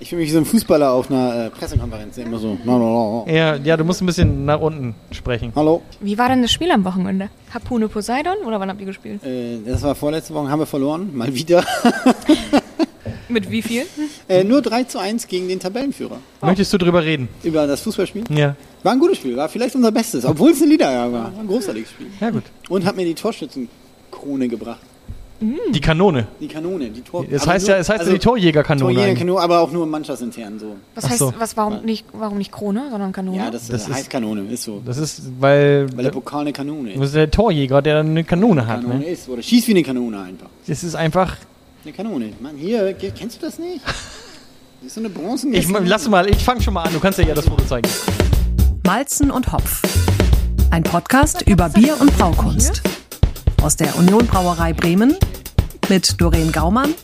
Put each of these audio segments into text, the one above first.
Ich fühle mich wie so ein Fußballer auf einer äh, Pressekonferenz. der Immer so. Na, na, na, na. Ja, ja, du musst ein bisschen nach unten sprechen. Hallo. Wie war denn das Spiel am Wochenende? Harpune Poseidon oder wann habt ihr gespielt? Äh, das war vorletzte Woche, haben wir verloren. Mal wieder. Mit wie viel? äh, nur 3 zu 1 gegen den Tabellenführer. Möchtest du drüber reden? Über das Fußballspiel. Ja. War ein gutes Spiel. War vielleicht unser Bestes. Obwohl es eine Niederlage war. War ein großartiges Spiel. Ja, gut. Und hat mir die Torschützenkrone gebracht. Die Kanone. Die Kanone. Die Tor Es aber heißt nur- ja, es Hm. heißt also, ja die Torjägerkanone. eigentlich. Torjägerkanone, aber auch nur mannschaftsintern so. Was Ach heißt, so. was, warum nicht, warum nicht Krone, sondern Kanone? Ja, das, Das das ist- heißt Kanone, ist so. Das ist, weil. Weil der Pokal eine Kanone ist. Das ist der Torjäger, der dann eine Kanone hat. Kanone Ne? ist. Oder schießt wie eine Kanone einfach. Das ist einfach. Eine Kanone. Mann, hier, ge- kennst du das nicht? Das ist so eine Bronzen. Ich lass mal, ich fang schon mal an. Du kannst ja ja das Foto zeigen. Malzen und Hopf. Ein Podcast über Bier und Braukunst. Aus der Union Brauerei Bremen mit Doreen Gaumann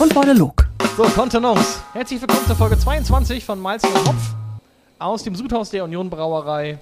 und Bolle Luck. So, Kontenance. Herzlich willkommen zur Folge 22 von Malzen und Hopf aus dem Sudhaus der Union Brauerei.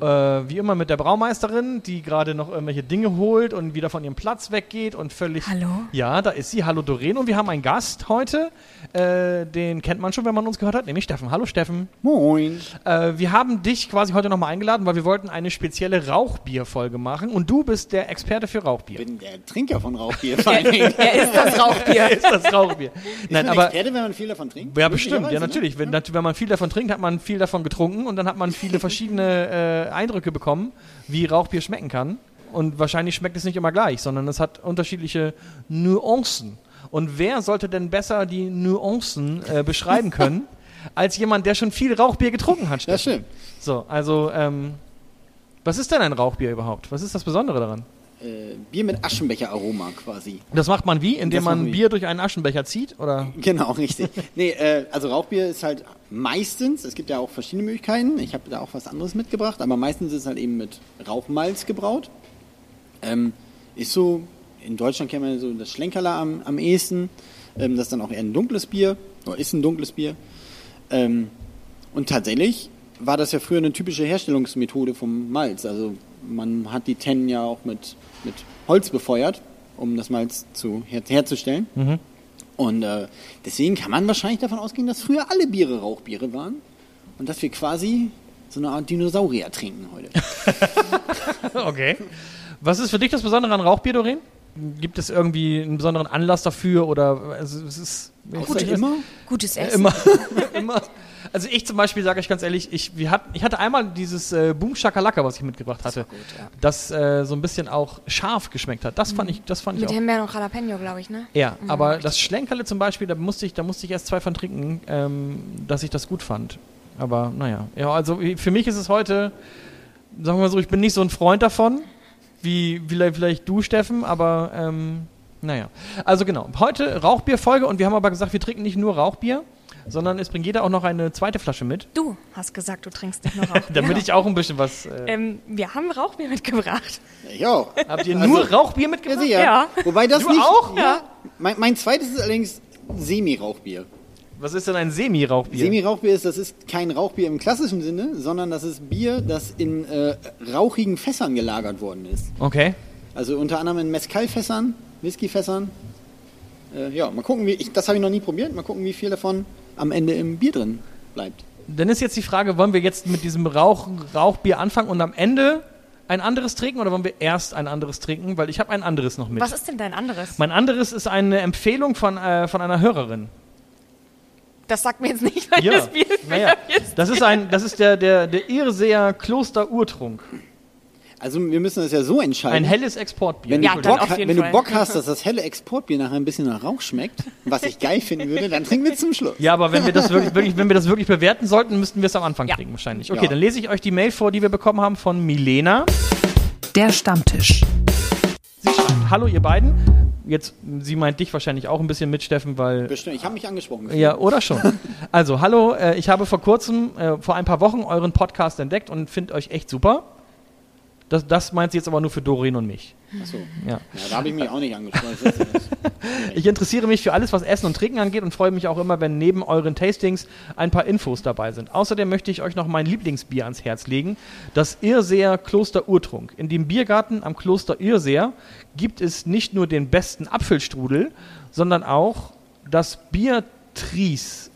Äh, wie immer mit der Braumeisterin, die gerade noch irgendwelche Dinge holt und wieder von ihrem Platz weggeht und völlig. Hallo. Ja, da ist sie. Hallo Doreen. Und wir haben einen Gast heute. Äh, den kennt man schon, wenn man uns gehört hat, nämlich Steffen. Hallo Steffen. Moin. Äh, wir haben dich quasi heute nochmal eingeladen, weil wir wollten eine spezielle Rauchbierfolge machen und du bist der Experte für Ich Rauchbier. bin der Trinker von Rauchbier. vor allen Dingen. Er ist das Rauchbier. Ist das Rauchbier? Ist man Nein, aber Experte, wenn man viel davon trinkt? ja, bestimmt, Möglicherweise, ja ne? natürlich. Wenn, nat- wenn man viel davon trinkt, hat man viel davon getrunken und dann hat man viele verschiedene äh, Eindrücke bekommen, wie Rauchbier schmecken kann. Und wahrscheinlich schmeckt es nicht immer gleich, sondern es hat unterschiedliche Nuancen. Und wer sollte denn besser die Nuancen äh, beschreiben können, als jemand, der schon viel Rauchbier getrunken hat? Das Steffen? stimmt. So, also, ähm, was ist denn ein Rauchbier überhaupt? Was ist das Besondere daran? Äh, Bier mit Aschenbecher-Aroma quasi. Das macht man wie? Indem Das man machen wir. Bier durch einen Aschenbecher zieht? Oder? Genau, richtig. Nee, äh, also Rauchbier ist halt meistens, es gibt ja auch verschiedene Möglichkeiten, ich habe da auch was anderes mitgebracht, aber meistens ist es halt eben mit Rauchmalz gebraut. Ähm, ist so, in Deutschland kennt man so das Schlenkerler am, am ehesten, ähm, das ist dann auch eher ein dunkles Bier, oder ist ein dunkles Bier. Ähm, und tatsächlich war das ja früher eine typische Herstellungsmethode vom Malz. Also man hat die Tennen ja auch mit, mit Holz befeuert, um das Malz zu, her, herzustellen. Und äh, deswegen kann man wahrscheinlich davon ausgehen, dass früher alle Biere Rauchbiere waren und dass wir quasi so eine Art Dinosaurier trinken heute. Okay. Was ist für dich das Besondere an Rauchbier, Doreen? Gibt es irgendwie einen besonderen Anlass dafür? Oder also, es ist. Außer immer? Gutes Äh, Essen. Immer. immer. Also ich zum Beispiel, sage ich ganz ehrlich, ich, wir hatten, ich hatte einmal dieses äh, Boom Shakalaka, was ich mitgebracht hatte, das, äh, so ein bisschen auch scharf geschmeckt hat. Das fand ich, das fand ich Mit auch. Himbeeren und Jalapeno, glaube ich, ne? Ja, aber das Schlenkerle zum Beispiel, da musste ich, da musste ich erst zwei von trinken, ähm, dass ich das gut fand. Aber naja, ja, also für mich ist es heute, sagen wir mal so, ich bin nicht so ein Freund davon, wie vielleicht, vielleicht du, Steffen, aber ähm, naja. Also genau, heute Rauchbierfolge und wir haben aber gesagt, wir trinken nicht nur Rauchbier, sondern es bringt jeder auch noch eine zweite Flasche mit, Du hast gesagt, du trinkst nicht nur Rauchbier. damit ich auch ein bisschen was. Äh, ähm, wir haben Rauchbier mitgebracht. Ja. habt ihr nur Rauchbier mitgebracht? sicher. Ja. Wobei das Du nicht. auch? Ja. Mein, mein zweites ist allerdings Semi-Rauchbier. Was ist denn ein Semi-Rauchbier? Semi-Rauchbier ist, das ist kein Rauchbier im klassischen Sinne, sondern das ist Bier, das in äh, rauchigen Fässern gelagert worden ist. okay. Also unter anderem in Mezcal-Fässern, Whisky-Fässern. Äh, ja, mal gucken, wie ich, das habe ich noch nie probiert. Mal gucken, wie viel davon am Ende im Bier drin bleibt. Dann ist jetzt die Frage, wollen wir jetzt mit diesem Rauch, Rauchbier anfangen und am Ende ein anderes trinken oder wollen wir erst ein anderes trinken? Weil ich habe ein anderes noch mit. Was ist denn dein anderes? mein anderes ist eine Empfehlung von, äh, von einer Hörerin. Das sagt mir jetzt nicht, weil das Bier naja. Das ist ein, das ist der, der, der Irseer Kloster Urtrunk. Also wir müssen das ja so Ein entscheiden. helles Exportbier. genau. wenn du, Ja, dann Bock, auf ha- jeden wenn du Fall. Bock hast, dass das helle Exportbier nachher ein bisschen nach Rauch schmeckt, was ich geil finden würde, dann trinken wir zum Schluss. ja, aber wenn wir, das wirklich, wirklich, wenn wir das wirklich bewerten sollten, müssten wir es am Anfang Ja. trinken wahrscheinlich. Okay, Ja. dann lese ich euch die Mail vor, die wir bekommen haben von Milena. Der Stammtisch. Sie schreibt, hallo ihr beiden. Jetzt, sie meint dich wahrscheinlich auch ein bisschen mit, Steffen, weil Bestimmt, ich habe mich angesprochen. Ja, oder schon. Also, hallo, äh, ich habe vor kurzem, äh, vor ein paar Wochen euren Podcast entdeckt und finde euch echt super. Das, das meint sie jetzt aber nur für Doreen und mich. Achso. Ja. Ja, da habe ich mich auch nicht angesprochen. Das ist das. Ich interessiere mich für alles, was Essen und Trinken angeht und freue mich auch immer, wenn neben euren Tastings ein paar Infos dabei sind. Außerdem möchte ich euch noch mein Lieblingsbier ans Herz legen, das Irseer Kloster Urtrunk. In dem Biergarten am Kloster Irseer gibt es nicht nur den besten Apfelstrudel, sondern auch das Bier Tries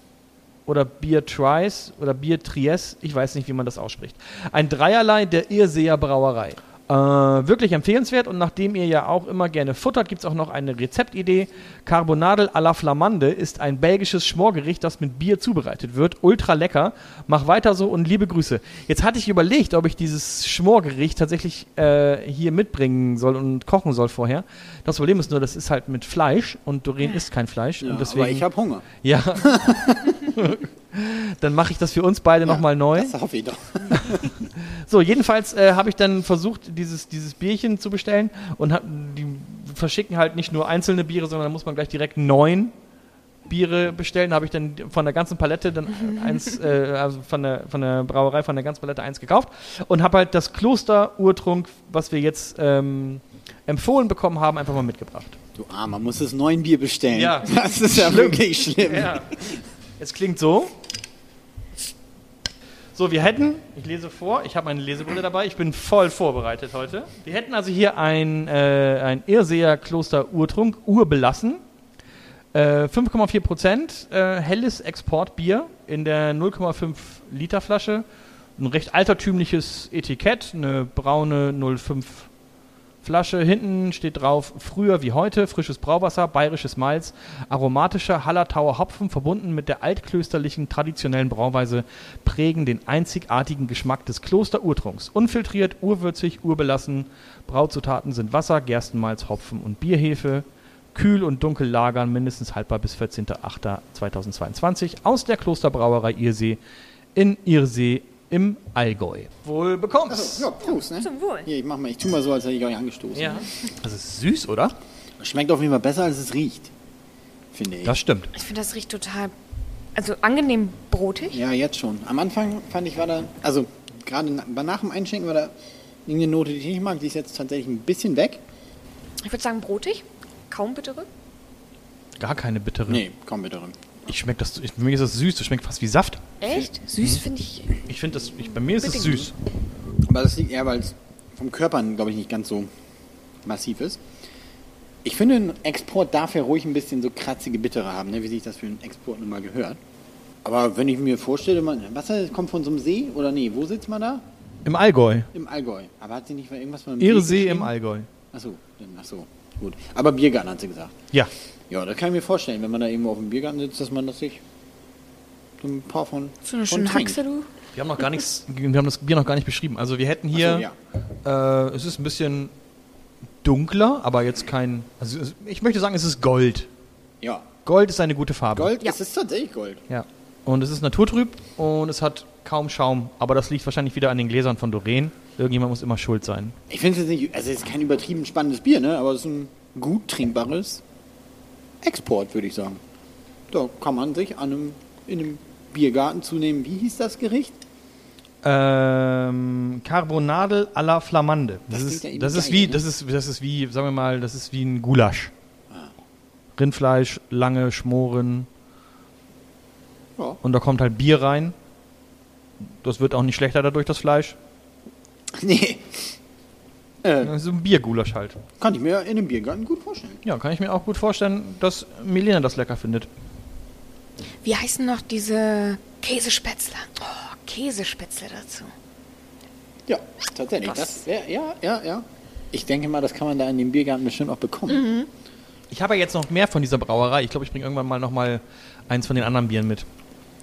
oder Bier Tries oder Bier Tries, ich weiß nicht, wie man das ausspricht. Ein Dreierlei der Irseer Brauerei. Äh, wirklich empfehlenswert und nachdem ihr ja auch immer gerne futtert, gibt es auch noch eine Rezeptidee. Carbonadel à la Flamande ist ein belgisches Schmorgericht, das mit Bier zubereitet wird. Ultra lecker. Mach weiter so und liebe Grüße. Jetzt hatte ich überlegt, ob ich dieses Schmorgericht tatsächlich äh, hier mitbringen soll und kochen soll vorher. Das Problem ist nur, das ist halt mit Fleisch und Doreen isst kein Fleisch. Ja, und deswegen, aber ich habe Hunger. ja. dann mache ich das für uns beide nochmal neu. Das hoffe ich doch. So, jedenfalls äh, habe ich dann versucht, dieses, dieses Bierchen zu bestellen und hab, die verschicken halt nicht nur einzelne Biere, sondern da muss man gleich direkt neun Biere bestellen. Da habe ich dann von der ganzen Palette dann eins, äh, also von der, von der Brauerei, von der ganzen Palette eins gekauft und habe halt das Kloster Urtrunk, was wir jetzt ähm, empfohlen bekommen haben, einfach mal mitgebracht. Du Armer, musst das neun Bier bestellen. Ja. Das ist ja wirklich schlimm. Ja. Es klingt so. So, wir hätten, ich lese vor, ich habe meine Lesebrille dabei, ich bin voll vorbereitet heute. Wir hätten also hier ein, äh, ein Irrseer Kloster Urtrunk, urbelassen. Äh, 5,4 Prozent, äh, helles Exportbier in der 0,5 Liter Flasche. Ein recht altertümliches Etikett, eine braune 05 Flasche. Hinten steht drauf, früher wie heute, frisches Brauwasser, bayerisches Malz, aromatischer Hallertauer Hopfen verbunden mit der altklösterlichen traditionellen Brauweise prägen den einzigartigen Geschmack des Klosterurtrunks. Unfiltriert, urwürzig, urbelassen. Brauzutaten sind Wasser, Gerstenmalz, Hopfen und Bierhefe. Kühl und dunkel lagern, mindestens haltbar bis 14.08.2022 aus der Klosterbrauerei Irsee in Irsee im Allgäu. Wohl bekommst. Ja, Prost, ne? Zum Wohl. Hier, ich mach mal, ich tu mal so, als hätte ich euch angestoßen. Ja. Das ist süß, oder? Schmeckt auf jeden Fall besser, als es riecht. Finde ich. Das stimmt. Ich finde, das riecht total, also angenehm brotig. ja, jetzt schon. Am Anfang fand ich, war da, also gerade na- nach dem Einschenken war da irgendeine Note, die ich nicht mag, die ist jetzt tatsächlich ein bisschen weg. Ich würde sagen brotig, kaum bittere. Gar keine bittere. Nee, komm bitte drin. Ich schmeck das, ich, für mich ist das süß, das schmeckt fast wie Saft. Echt? Mhm. Süß finde ich. Ich finde das, ich, bei mir ist es Bedingt. süß. Aber das liegt eher, weil es vom Körper, glaube ich, nicht ganz so massiv ist. Ich finde, ein Export darf ja ruhig ein bisschen so kratzige Bittere haben, ne? wie sich das für einen Export nun mal gehört. Aber wenn ich mir vorstelle, man, Wasser kommt von so einem See oder nee, wo sitzt man da? Im Allgäu. Im Allgäu. Aber hat sie nicht mal irgendwas von einem Irsee geschrieben? im Allgäu. Achso, dann- achso, gut. Aber Biergarten hat sie gesagt. Ja. Ja, da kann ich mir vorstellen, wenn man da irgendwo auf dem Biergarten sitzt, dass man das sich so ein paar von. So eine von schöne trinkt. Haxe, du. Wir haben noch gar nichts, wir haben das Bier noch gar nicht beschrieben. Also wir hätten hier, Ach äh, es ist ein bisschen dunkler, aber jetzt kein, also es- ich möchte sagen, es ist Gold. Ja. Gold ist eine gute Farbe. Gold, Ja. es ist tatsächlich Gold. Ja. Und es ist naturtrüb und es hat kaum Schaum, aber das liegt wahrscheinlich wieder an den Gläsern von Doreen. Irgendjemand muss immer schuld sein. Ich finde es jetzt nicht, also es ist kein übertrieben spannendes Bier, ne? Aber es ist ein gut trinkbares Export, würde ich sagen. Da kann man sich an einem, in einem Biergarten zunehmen. Wie hieß das Gericht? Ähm, Carbonadel à la Flamande. Das Das, klingt ist, ja eben das ist geil, wie, ne? das ist, das ist wie, sagen wir mal, das ist wie ein Gulasch. Rindfleisch, lange Schmoren Ja. und da kommt halt Bier rein. Das wird auch nicht schlechter dadurch, das Fleisch. nee. Äh, Das ist ein Biergulasch halt. kann ich mir in einem Biergarten gut vorstellen. Ja, kann ich mir auch gut vorstellen, dass Milena das lecker findet. Wie heißen noch diese Käsespätzle? Oh, Käsespätzle dazu. Ja, tatsächlich. Was? Das wär, ja, ja, ja. Ich denke mal, das kann man da in dem Biergarten bestimmt auch Mhm. bekommen. Ich habe ja jetzt noch mehr von dieser Brauerei. Ich glaube, ich bringe irgendwann mal nochmal eins von den anderen Bieren mit.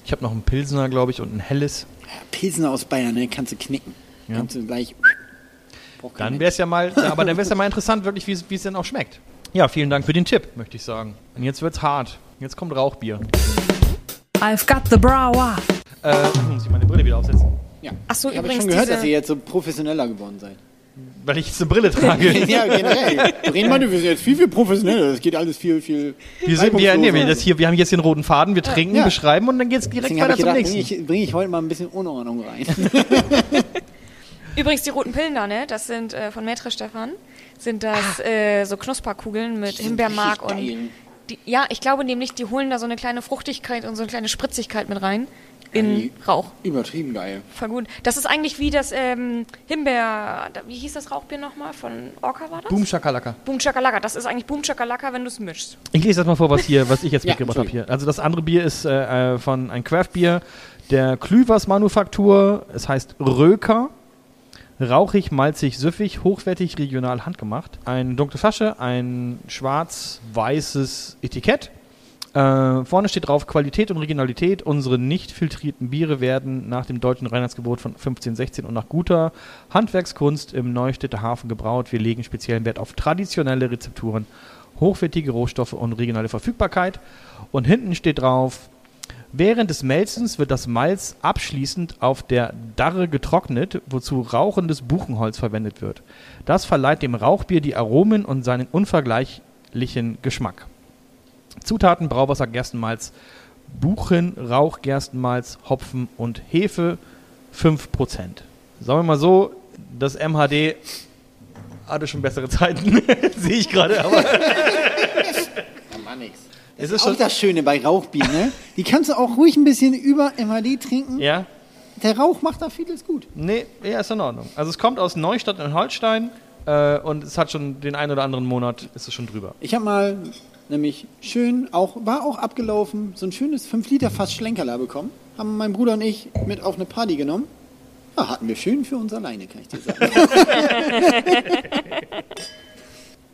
Ich habe noch einen Pilsner, glaube ich, und ein helles. Pilsen aus Bayern, ne? Kannst du knicken. Ja. Kannst du gleich. Brauch Dann keine- wäre es ja mal, aber dann wäre es ja mal interessant, wirklich, wie es wie es denn auch schmeckt. Ja, vielen Dank für den Tipp, möchte ich sagen. Und jetzt wird's hart. Jetzt kommt Rauchbier. I've got the Brower. Äh, muss ich meine Brille wieder aufsetzen. Ja. Ach so, ich habe übrigens schon gehört, diese- dass ihr jetzt so professioneller geworden seid. Weil ich jetzt eine Brille trage. ja, generell. Reden wir, du bist jetzt viel, viel professioneller. Das geht alles viel, viel. Wir, sind, wir, nee, wir, das hier, wir haben jetzt den roten Faden, wir trinken, Ja. beschreiben und dann geht's direkt Deswegen habe weiter ich zum gedacht, nächsten. bringe ich, bring ich heute mal ein bisschen Unordnung rein. Übrigens, die roten Pillen da, ne? Das sind äh, von Maitre Stefan. Sind das äh, so Knusperkugeln mit sind Himbeermark richtig und. geil. Die, ja, ich glaube nämlich, die holen da so eine kleine Fruchtigkeit und so eine kleine Spritzigkeit mit rein. in Rauch. Übertrieben geil. Voll gut. Das ist eigentlich wie das ähm, Himbeer, da- wie hieß das Rauchbier nochmal? Von Orca war das? Boom Shakalaka. Boom Chakalaka. Das ist eigentlich Boom Chakalaka, wenn du es mischst. Ich lese das mal vor, was hier, was ich jetzt Ja, mitgebracht habe hier. Also das andere Bier ist äh, äh, von ein Craft-Bier der Klüvers Manufaktur. Es heißt Röker. Rauchig, malzig, süffig, hochwertig, regional handgemacht. Eine dunkle Flasche, ein schwarz-weißes Etikett. Äh, vorne steht drauf Qualität und Regionalität. Unsere nicht filtrierten Biere werden nach dem deutschen Reinheitsgebot von 1516 und nach guter Handwerkskunst im Neustädter Hafen gebraut. Wir legen speziellen Wert auf traditionelle Rezepturen, hochwertige Rohstoffe und regionale Verfügbarkeit. Und hinten steht drauf, Während des Melzens wird das Malz abschließend auf der Darre getrocknet, wozu rauchendes Buchenholz verwendet wird. Das verleiht dem Rauchbier die Aromen und seinen unvergleichlichen Geschmack. Zutaten Brauwasser, Gerstenmalz, Buchen, Rauch, Gerstenmalz, Hopfen und Hefe 5%. Sagen wir mal so, das MHD hatte schon bessere Zeiten, sehe ich gerade, aber Ja, Mann, nix. Es Das ist ist schon- auch das Schöne bei Rauchbier, ne? Die kannst du auch ruhig ein bisschen über MHD trinken. ja. Der Rauch macht da vieles gut. Nee, ja, ist in Ordnung. Also es kommt aus Neustadt in Holstein äh, und es hat schon den einen oder anderen Monat, ist es schon drüber. Ich habe mal nämlich schön, auch war auch abgelaufen, so ein schönes 5-Liter-Fass Schlenkerler bekommen. Haben mein Bruder und ich mit auf eine Party genommen. Ja, hatten wir schön für uns alleine, kann ich dir sagen.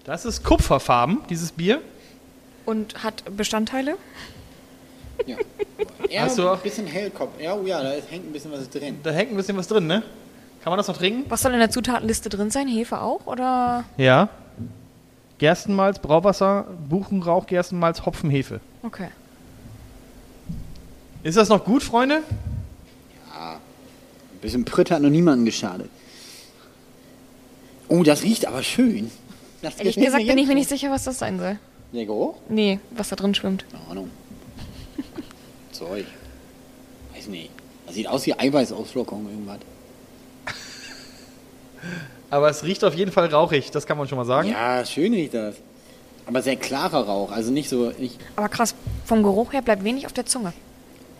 Das ist kupferfarben, dieses Bier. Und hat Bestandteile? ja. Eher Hast du auch- ein bisschen Hellkopf. Ja, oh ja, da ist- hängt ein bisschen was drin. Da hängt ein bisschen was drin, ne? Kann man das noch trinken? Was soll in der Zutatenliste drin sein? Hefe auch? Oder? Ja. Gerstenmalz, Brauwasser, Buchenrauch, Gerstenmalz, Hopfen, Hefe. Okay. Ist das noch gut, Freunde? Ein bisschen Pritt hat noch niemanden geschadet. Oh, das riecht aber schön. Das Ehrlich gefällt gesagt bin ich mir jetzt nicht sicher, was das sein soll. schon. Der Geruch? Nee, was da drin schwimmt. Keine Ahnung. Zeug. Weiß nicht. Das sieht aus wie Eiweißauslockung irgendwas. Aber es riecht auf jeden Fall rauchig, das kann man schon mal sagen. Ja, schön riecht das. Aber sehr klarer Rauch. Also nicht so. Nicht, Aber krass, vom Geruch her bleibt wenig auf der Zunge.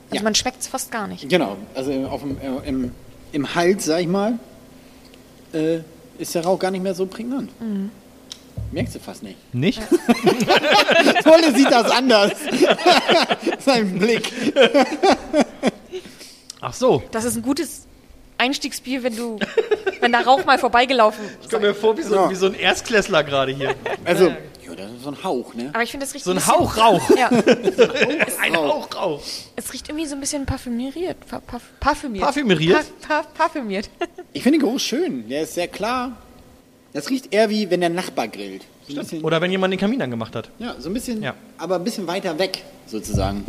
Also Ja. man schmeckt es fast gar nicht. genau. Also im- auf dem, äh, im, im Hals, sag ich mal, äh, ist der Rauch gar nicht mehr so prägnant. Mhm. Merkst du fast nicht. Nicht? Tolle sieht das anders. Sein Blick. Ach so. Das ist ein gutes Einstiegsbier, wenn du, wenn da Rauch mal vorbeigelaufen ist. Kommt mir vor wie so, Ja. wie so ein Erstklässler gerade hier. Also, ja, das ist so ein Hauch, ne? Aber ich finde, es riecht So ein bisschen- Hauchrauch. Ja, Ein Hauchrauch. es riecht irgendwie so ein bisschen parfümiert. Fa- parf- Parfümiert. Parfümeriert? Pa pa parfümiert. Ich finde den Geruch schön. Der ist sehr klar. Das riecht eher wie wenn der Nachbar grillt. So ein bisschen- Oder wenn jemand den Kamin angemacht hat. Ja, so ein bisschen, Ja. aber ein bisschen weiter weg, sozusagen.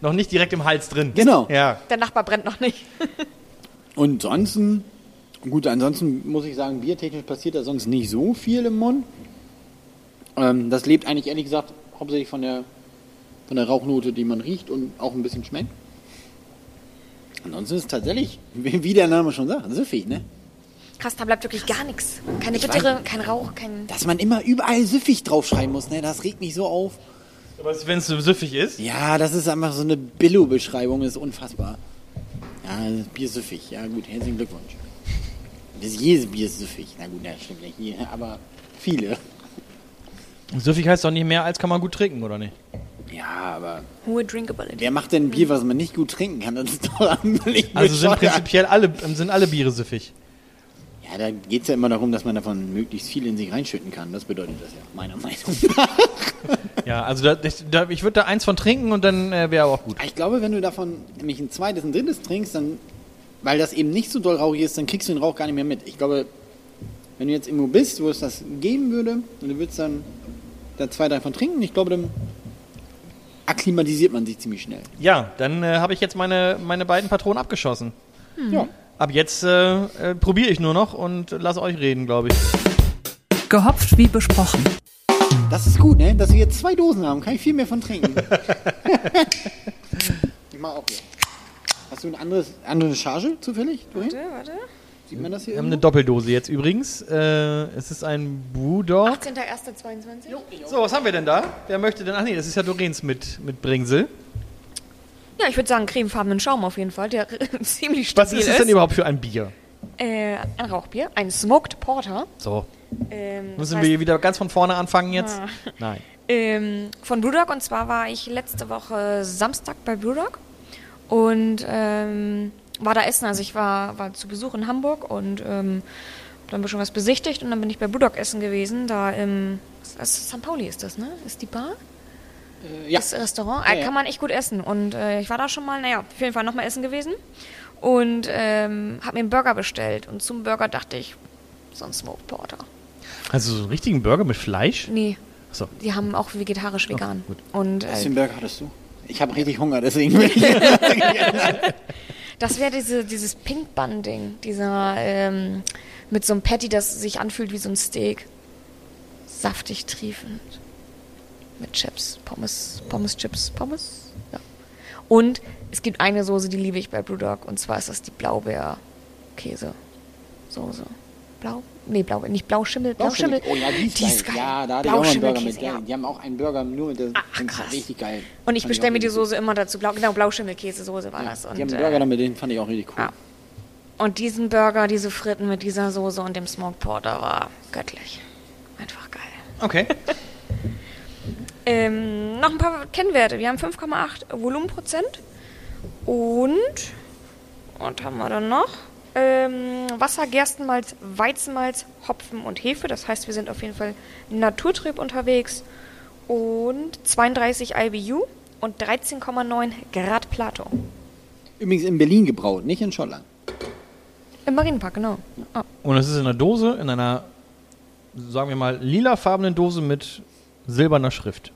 Noch nicht direkt im Hals drin. Genau. Ja. Der Nachbar brennt noch nicht. Und ansonsten, gut, ansonsten muss ich sagen, biertechnisch passiert da sonst nicht so viel im Mund. Ähm, das lebt eigentlich ehrlich gesagt hauptsächlich von der, von der Rauchnote, die man riecht und auch ein bisschen schmeckt. Ansonsten ist es tatsächlich, wie wie der Name schon sagt, süffig, ne? Krass, da bleibt wirklich gar nichts. Keine Ich bittere, kein Rauch, kein. Dass man immer überall süffig draufschreiben muss, ne? Das regt mich so auf. Aber wenn es so süffig ist? Ja, das ist einfach so eine Billo-Beschreibung, ist unfassbar. Ja, das Bier ist süffig. Ja, gut, herzlichen Glückwunsch. Das jedes Bier ist süffig. Na gut, das stimmt nicht. Hier, aber viele. Süffig heißt doch nicht mehr, als kann man gut trinken, oder nicht? Ja, aber Hohe Drinkability. wer macht denn ein Bier, was man nicht gut trinken kann? Das ist doch eigentlich Also sind bescheuert. prinzipiell alle, sind alle Biere süffig. Ja, da geht es ja immer darum, dass man davon möglichst viel in sich reinschütten kann. Das bedeutet das ja, meiner Meinung nach. Ja, also da, ich- da, ich würde da eins von trinken und dann äh, wäre aber auch gut. Ich glaube, wenn du davon nämlich ein zweites, ein drittes trinkst, dann, weil das eben nicht so doll rauchig ist, dann kriegst du den Rauch gar nicht mehr mit. Ich glaube, wenn du jetzt irgendwo bist, wo es das geben würde, und du würdest dann da zwei, drei von trinken, ich glaube, dann akklimatisiert man sich ziemlich schnell. Ja, dann äh, habe ich jetzt meine, meine beiden Patronen abgeschossen. Hm. Ja. Ab jetzt äh, äh, probiere ich nur noch und lasse euch reden, glaube ich. Gehopft wie besprochen. Das ist gut, ne? Dass wir jetzt zwei Dosen haben, kann ich viel mehr von trinken. ich mach auch hier. Hast du eine andere, andere Charge zufällig? Doreen? Warte, warte. Sieht man das hier? Wir haben eine irgendwo? Doppeldose jetzt übrigens. Äh, es ist ein Brewdog. 18.01.22. So, was haben wir denn da? Wer möchte denn? Ach nee, das ist ja Doreens mit, mit Bringsel. Ja, ich würde sagen, cremefarbenen Schaum auf jeden Fall, der ziemlich Was stabil ist es denn überhaupt für ein Bier? Äh, ein Rauchbier, ein Smoked Porter. So, Ähm, das müssen heißt, wir wieder ganz von vorne anfangen jetzt? Ah. Nein. ähm, von Blue Dog. Und zwar war ich letzte Woche Samstag bei Blue Dog und ähm, war da essen. Also ich war, war zu Besuch in Hamburg und ähm, hab dann ein bisschen was besichtigt und dann bin ich bei Blue Dog essen gewesen. Da im was ist, St. Pauli ist das, ne? Ist die Bar? ja. Das Restaurant. Äh, ja. Kann man echt gut essen. Und äh, ich war da schon mal, naja, auf jeden Fall nochmal essen gewesen. Und ähm, habe mir einen Burger bestellt. Und zum Burger dachte ich, so ein Smoked Porter. Also so einen richtigen Burger mit Fleisch? Nee. Achso. Die haben auch vegetarisch-vegan. gut. und Was äh, für einen Burger hattest du? Ich habe richtig Hunger, deswegen will ich. Das wäre diese, dieses Pink-Bun-Ding, dieser ähm, mit so einem Patty, das sich anfühlt wie so ein Steak. Saftig triefend. Mit Chips, Pommes, Pommes, Chips, Pommes. Ja. Und es gibt eine Soße, die liebe ich bei Blue Dog, und zwar ist das die Blaubeer-Käse-Soße. Blau? Nee, Blaubeer, nicht Blauschimmel, Blauschimmel. Oh ja, die ist, geil. Ja, da hatte ich auch mal einen Burger mit. Blauschimmelkäse, Ja. ja. Die haben auch einen Burger nur mit der. Ach, den- Ah, krass. Richtig geil. Und ich Fand bestelle auch mir die richtig Soße immer dazu. Blau, genau, Blauschimmelkäse-Soße war gut. das. Ja, Und, die haben einen äh, Burger damit, den fand ich auch richtig cool. Ja. Und diesen Burger, diese Fritten mit dieser Soße und dem Smoked Porter war göttlich. Einfach geil. Okay. Ähm, noch ein paar Kennwerte. Wir haben 5,8 Volumenprozent. Und, und haben wir dann noch? Ähm, Wasser, Gerstenmalz, Weizenmalz, Hopfen und Hefe. Das heißt, wir sind auf jeden Fall naturtrüb unterwegs. Und 32 IBU und 13,9 Grad Plato. Übrigens in Berlin gebraut, nicht in Schottland. Im Marienpark, genau. Ah. Und es ist in einer Dose, in einer, sagen wir mal, lilafarbenen Dose mit silberner Schrift.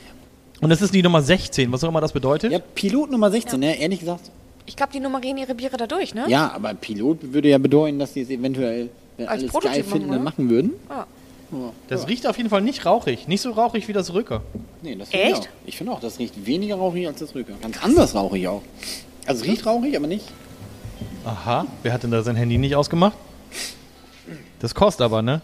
Und das ist die Nummer 16, was auch immer das bedeutet. Ja, Pilot Nummer 16, ne? Ehrlich gesagt. Ich glaube, die nummerieren ihre Biere dadurch, ne? Ja, aber Pilot würde ja bedeuten, dass die es eventuell, wenn Als alles Prototyp geil finden, machen, dann machen würden. Ja. Das riecht auf jeden Fall nicht rauchig. Nicht so rauchig wie das Rücker. Nee, das finde Echt? Ich, auch. ich finde auch, das riecht weniger rauchig als das Rücker. Ganz anders rauchig auch. Also es riecht rauchig, aber nicht. Aha, wer hat denn da sein Handy nicht ausgemacht? Das kostet aber, ne?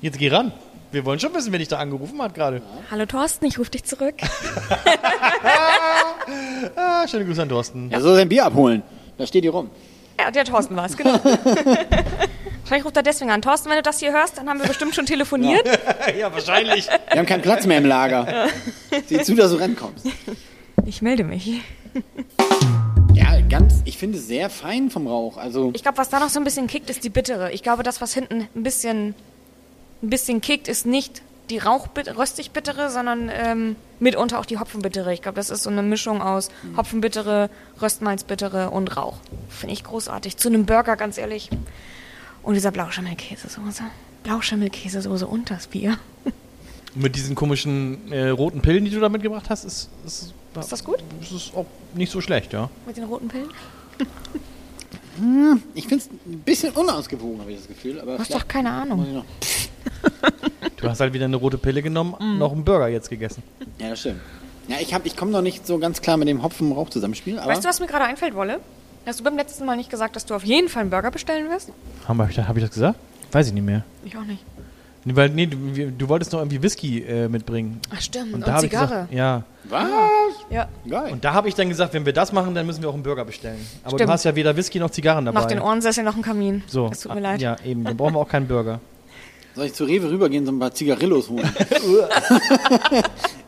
Jetzt geh ran. Wir wollen schon wissen, wer dich da angerufen hat gerade. Hallo Thorsten, ich rufe dich zurück. Ah, schöne Grüße an Thorsten. Er soll sein Bier abholen. Da steht hier rum. Ja, der Thorsten war es, genau. Vielleicht ruft er deswegen an. Thorsten, wenn du das hier hörst, dann haben wir bestimmt schon telefoniert. Ja, wahrscheinlich. Wir haben keinen Platz mehr im Lager. Sieh zu, dass du rankommst. Ich melde mich. Ja, ganz, ich finde es sehr fein vom Rauch. Also, Ich glaube, was da noch so ein bisschen kickt, ist die bittere. Ich glaube, das, was hinten ein bisschen, ein bisschen kickt, ist nicht die Rauchbit röstig-bittere, sondern ähm, mitunter auch die Hopfenbittere. Ich glaube, das ist so eine Mischung aus Hopfenbittere, Röstmalzbittere und Rauch. Finde ich großartig. Zu einem Burger, ganz ehrlich. Und dieser Blauschimmelkäsesoße. Blauschimmelkäsesoße und das Bier. Mit diesen komischen äh, roten Pillen, die du da mitgebracht hast, ist, ist, Ist das gut? ist es auch nicht so schlecht, ja. Mit den roten Pillen? ich finde es ein bisschen unausgewogen, habe ich das Gefühl. Aber Du hast vielleicht doch keine muss Ahnung. ich noch- Du hast halt wieder eine rote Pille genommen, Mhm. noch einen Burger jetzt gegessen. Ja, das stimmt. Ja, ich, hab- ich komme noch nicht so ganz klar mit dem Hopfen-Rauch-Zusammenspiel. Aber Weißt du, was mir gerade einfällt, Wolle? Hast du beim letzten Mal nicht gesagt, dass du auf jeden Fall einen Burger bestellen wirst? Habe ich, da- hab ich das gesagt? Weiß ich nicht mehr. Ich auch nicht. Nee, Weil, nee, du, wir- du wolltest noch irgendwie Whisky äh, mitbringen. Ach stimmt, und, da hab ich Zigarre. Gesagt, ja. Was? Ja. Geil. Und da habe ich dann gesagt, wenn wir das machen, dann müssen wir auch einen Burger bestellen. Aber Stimmt. du hast ja weder Whisky noch Zigarren dabei. Noch den Ohrensessel, noch einen Kamin. So. Es tut mir leid. Ja, eben. Dann brauchen wir auch keinen Burger. Soll ich zu Rewe rübergehen und so ein paar Zigarillos holen?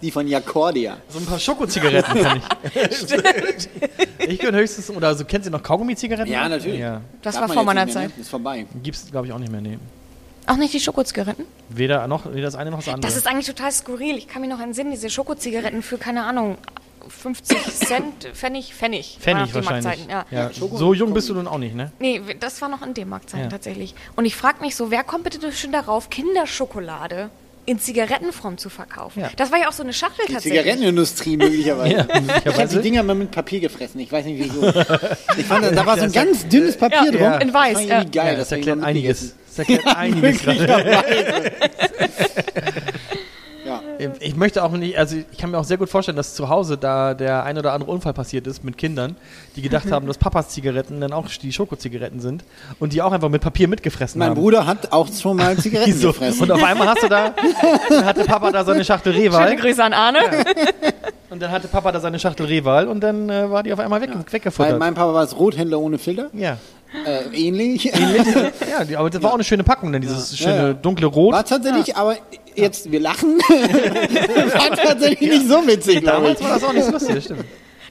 Die von Jacordia. So ein paar Schokozigaretten kann ich. ich könnte höchstens, oder so, kennst du noch Kaugummi-Zigaretten? Ja, natürlich. Ja. Das Darf war man vor jetzt meiner nicht mehr, Zeit. Ne? Ist vorbei. Gibt's, glaube ich, auch nicht mehr, nee. Auch nicht die Schokozigaretten? Weder noch, weder das eine noch das andere. Das ist eigentlich total skurril. Ich kann mir noch entsinnen, diese Schokozigaretten für, keine Ahnung, 50 Cent, Pfennig, Pfennig. War noch Pfennig die wahrscheinlich. Marktzeiten, Ja. Ja, Schoko- so jung bist du nun auch nicht, ne? Nee, w- das war noch in D-Mark-Zeiten Ja. tatsächlich. Und ich frage mich so, wer kommt bitte schon darauf, Kinderschokolade in Zigarettenform zu verkaufen? Ja. Das war ja auch so eine Schachtel Die tatsächlich. Zigarettenindustrie möglicherweise. Ja, Ich habe die möglicherweise. Dinger mal mit Papier gefressen. Ich weiß nicht wieso. Ich fand, da- da war so ein ganz dünnes Papier drum. ja. In weiß, Das fand ich irgendwie ja. geil. äh, ja, das hab ich erklärt mal einiges. Das erklärt einiges gerade. mitgegessen. Ja. Ähm, Ich möchte auch nicht, also ich kann mir auch sehr gut vorstellen, dass zu Hause da der ein oder andere Unfall passiert ist mit Kindern, die gedacht Mhm. haben, dass Papas Zigaretten dann auch die Schokozigaretten sind und die auch einfach mit Papier mitgefressen Mein haben. Bruder hat auch schon mal Zigaretten so. gefressen. Und auf einmal hast du da, dann hatte Papa da so eine Schachtel Rehwei Schöne Grüße an Arne. und dann hatte Papa da seine Schachtel Rehwahl und dann äh, war die auf einmal weg, Bei weggefuttert. meinem Papa war es Rothändler ohne Filter. ja. Äh, ähnlich. ja, die, aber das war auch eine schöne Packung, denn dieses schöne Ja, ja. dunkle Rot. War tatsächlich, aber jetzt, wir lachen. war tatsächlich nicht so witzig, glaube ich. Damals war das auch nicht so lustig, das stimmt.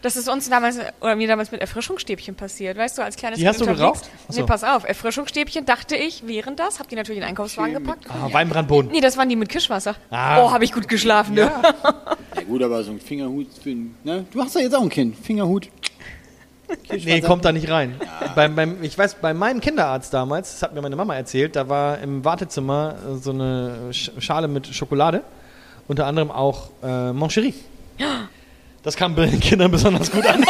Das ist uns damals oder mir damals mit Erfrischungsstäbchen passiert, weißt du, als kleines Die hast du unterwegs- geraucht? Nee, Achso. pass auf, Erfrischungsstäbchen dachte ich, während das, hab die natürlich in den Einkaufswagen gepackt. Ah, Weinbrandboden. Nee, das waren die mit Kirschwasser. Ah. Oh, habe ich gut geschlafen, ne? Ja, gut, aber so ein Fingerhut für ein, ne? Du hast ja jetzt auch ein Kind. Fingerhut. Nee, kommt da nicht rein. Beim, beim, ich weiß, bei meinem Kinderarzt damals, das hat mir meine Mama erzählt, da war im Wartezimmer äh, so eine Sch- Schale mit Schokolade, unter anderem auch äh, Moncherie. Das kam bei den Kindern besonders gut an.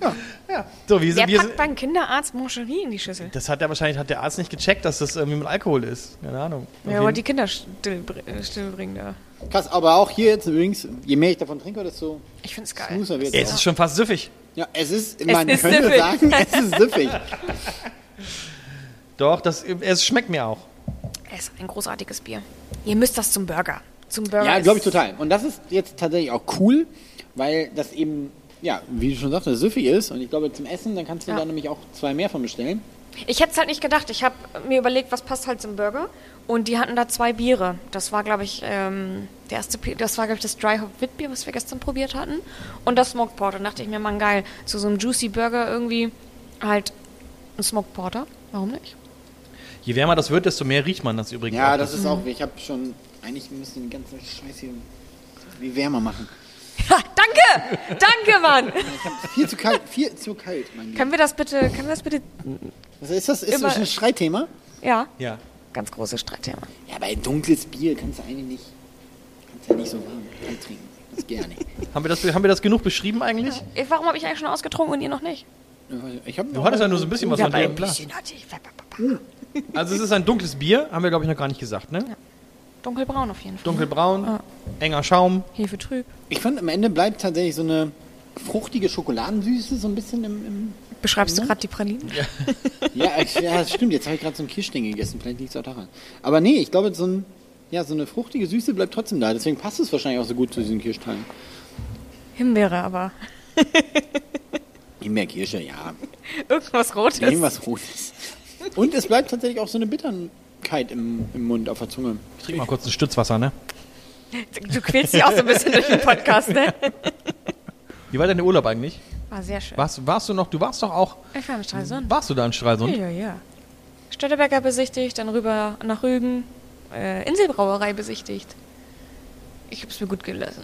ja. ja. So, wir Der sind, wir packt sind, beim Kinderarzt Mancherie in die Schüssel. das hat er wahrscheinlich, hat der Arzt nicht gecheckt, dass das irgendwie mit Alkohol ist. Keine Ahnung. Auf Ja, aber jeden- die Kinder still, äh, stillbringen da. Krass, aber auch hier jetzt übrigens, je mehr ich davon trinke, desto Ich find's geil. smoother wird es ist schon fast süffig. Ja, es ist, man ist könnte süffig. sagen, es ist süffig. Doch, das, es schmeckt mir auch. Es ist ein großartiges Bier. Ihr müsst das zum Burger. Zum Burger. Ja, ist- glaube ich total. Und das ist jetzt tatsächlich auch cool, weil das eben, ja, wie du schon sagst, süffig ist. Und ich glaube, zum Essen, dann kannst du Ja. da nämlich auch zwei mehr von bestellen. Ich hätte es halt nicht gedacht. Ich habe mir überlegt, was passt halt zum Burger. Und die hatten da zwei Biere. Das war, glaube ich, ähm, der erste, Pi- das war, glaube ich, das Dry Hop Witbier, was wir gestern probiert hatten. Und das Smoked Porter. Da dachte ich mir, man, geil. Zu so einem Juicy Burger irgendwie halt ein Smoked Porter. Warum nicht? Je wärmer das wird, desto mehr riecht man das übrigens. Ja, auch. das ist Mhm. auch, ich habe schon, eigentlich müssen wir den ganzen Scheiß hier wie wärmer machen. Ha, danke! Danke, Mann! Viel zu kalt, viel zu kalt, mein Lieber. können wir das bitte, können wir das bitte, Also ist das, ist Immer- das ein Streitthema? ja, ja. ganz großes Streitthema. Ja, aber ein dunkles Bier kannst du eigentlich nicht, kannst ja nicht so warm trinken. Das geht ja nicht. Haben wir, das, haben wir das genug beschrieben eigentlich? Ich, warum habe ich eigentlich schon ausgetrunken und ihr noch nicht? Ich hab Du hattest ja nur so ein bisschen was von ein dem Glas. bisschen hatte ich. Also es ist ein dunkles Bier, haben wir glaube ich noch gar nicht gesagt, ne? Dunkelbraun auf jeden Fall. Dunkelbraun, enger Schaum. Hefe trüb. Ich fand, am Ende bleibt tatsächlich so eine fruchtige Schokoladensüße so ein bisschen im... im Beschreibst du gerade die Pralinen? ja, ich- ja, stimmt, jetzt habe ich gerade so ein Kirschding gegessen, vielleicht liegt es auch daran. Aber nee, ich glaube, so, ein, ja, so eine fruchtige Süße bleibt trotzdem da. Deswegen passt es wahrscheinlich auch so gut zu diesen Kirschteilen. Himbeere aber. Himbeer, Kirsche, ja. Irgendwas Rotes. Irgendwas Rotes. Und es bleibt tatsächlich auch so eine Bitterkeit im, im Mund, auf der Zunge. Ich trinke mal kurz ein Stützwasser, ne? Du quälst dich auch so ein bisschen durch den Podcast, ne? Wie war denn der Urlaub eigentlich? War sehr schön. Warst, warst du noch, du warst doch auch, Ich war in Stralsund. warst du da in Stralsund? Ja, ja. Stötterberger besichtigt, dann rüber nach Rügen. Äh, Inselbrauerei besichtigt. Ich hab's mir gut gelassen.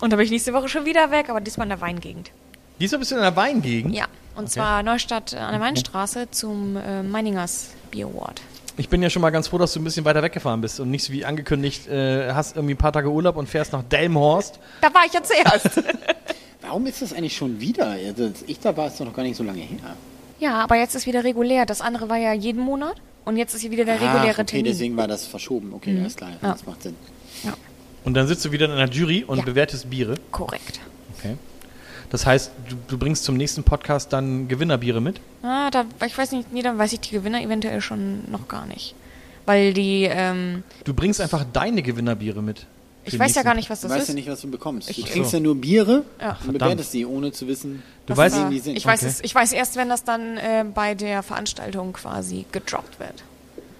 Und da bin ich nächste Woche schon wieder weg, aber diesmal in der Weingegend. Diesmal bist du in der Weingegend. Ja, und zwar Neustadt äh, an der Weinstraße zum äh, Meiningers Beer Award. Ich bin ja schon mal ganz froh, dass du ein bisschen weiter weggefahren bist und nicht so wie angekündigt, äh, hast irgendwie ein paar Tage Urlaub und fährst nach Delmhorst. Da war ich ja zuerst. Warum ist das eigentlich schon wieder? Also, als ich da war, ist doch noch gar nicht so lange her. ja, aber jetzt ist wieder regulär. Das andere war ja jeden Monat und jetzt ist hier wieder der Ah, reguläre Ah, okay, Termin. Mhm. deswegen war das verschoben. Okay, alles klar, das macht Sinn. Und dann sitzt du wieder in einer Jury und Ja. bewertest Biere. Korrekt. Okay. Das heißt, du, du bringst zum nächsten Podcast dann Gewinnerbiere mit. Ah, da, ich weiß nicht, nee, dann weiß ich die Gewinner eventuell schon noch gar nicht. Weil die, ähm, Du bringst einfach deine Gewinnerbiere mit. ich Für weiß ja nächsten- gar nicht, was Du das weißt ist. ja nicht, was du bekommst. Du Ich- trinkst so. ja nur Biere Ja. und Verdammt. bewertest sie, ohne zu wissen, Du was weißt- sie Aber irgendwie sind. ich, weiß Okay. es, ich weiß erst, wenn das dann äh, bei der Veranstaltung quasi gedroppt wird.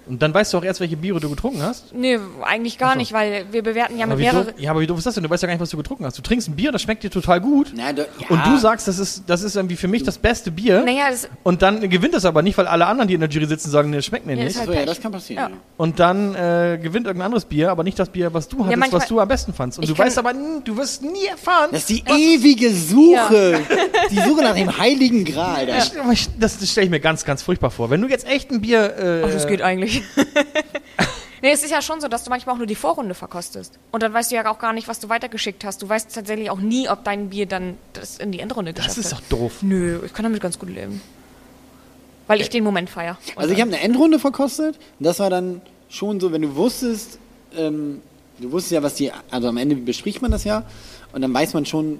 Und dann weißt du auch erst, welche Biere du getrunken hast. Nee, eigentlich gar nicht, weil wir bewerten ja mit aber wie doof, mehreren. ja, aber wie doof ist das denn? Du weißt ja gar nicht, was du getrunken hast. Du trinkst ein Bier, das schmeckt dir total gut. Na, da- ja. Und du sagst, das ist, das ist irgendwie für mich das beste Bier. Naja, das, Und dann gewinnt das aber nicht, weil alle anderen, die in der Jury sitzen, sagen, nee, das schmeckt mir Ja, das nicht. ist halt- so, ja, das kann passieren. Ja. Ja. Und dann äh, gewinnt irgendein anderes Bier, aber nicht das Bier, was du hattest, manchmal- was du am besten fandst. Und Ich du kann- weißt aber, n- du wirst nie erfahren. Das ist die ewige Suche. Die Suche nach dem heiligen Gral. Da. Aber ich- das, das stelle ich mir ganz, ganz furchtbar vor. Wenn du jetzt echt ein Bier. Äh, Ach, das geht eigentlich. nee, es ist ja schon so, dass du manchmal auch nur die Vorrunde verkostest. Und dann weißt du ja auch gar nicht, was du weitergeschickt hast. Du weißt tatsächlich auch nie, ob dein Bier dann das in die Endrunde Das geschafft ist doch hat. doof. Äh, Nö, ich kann damit ganz gut leben. Weil ich den Moment feier. Also ich habe eine Endrunde verkostet und das war dann schon so, wenn du wusstest, ähm, du wusstest ja, was die, also am Ende bespricht man das ja und dann weiß man schon,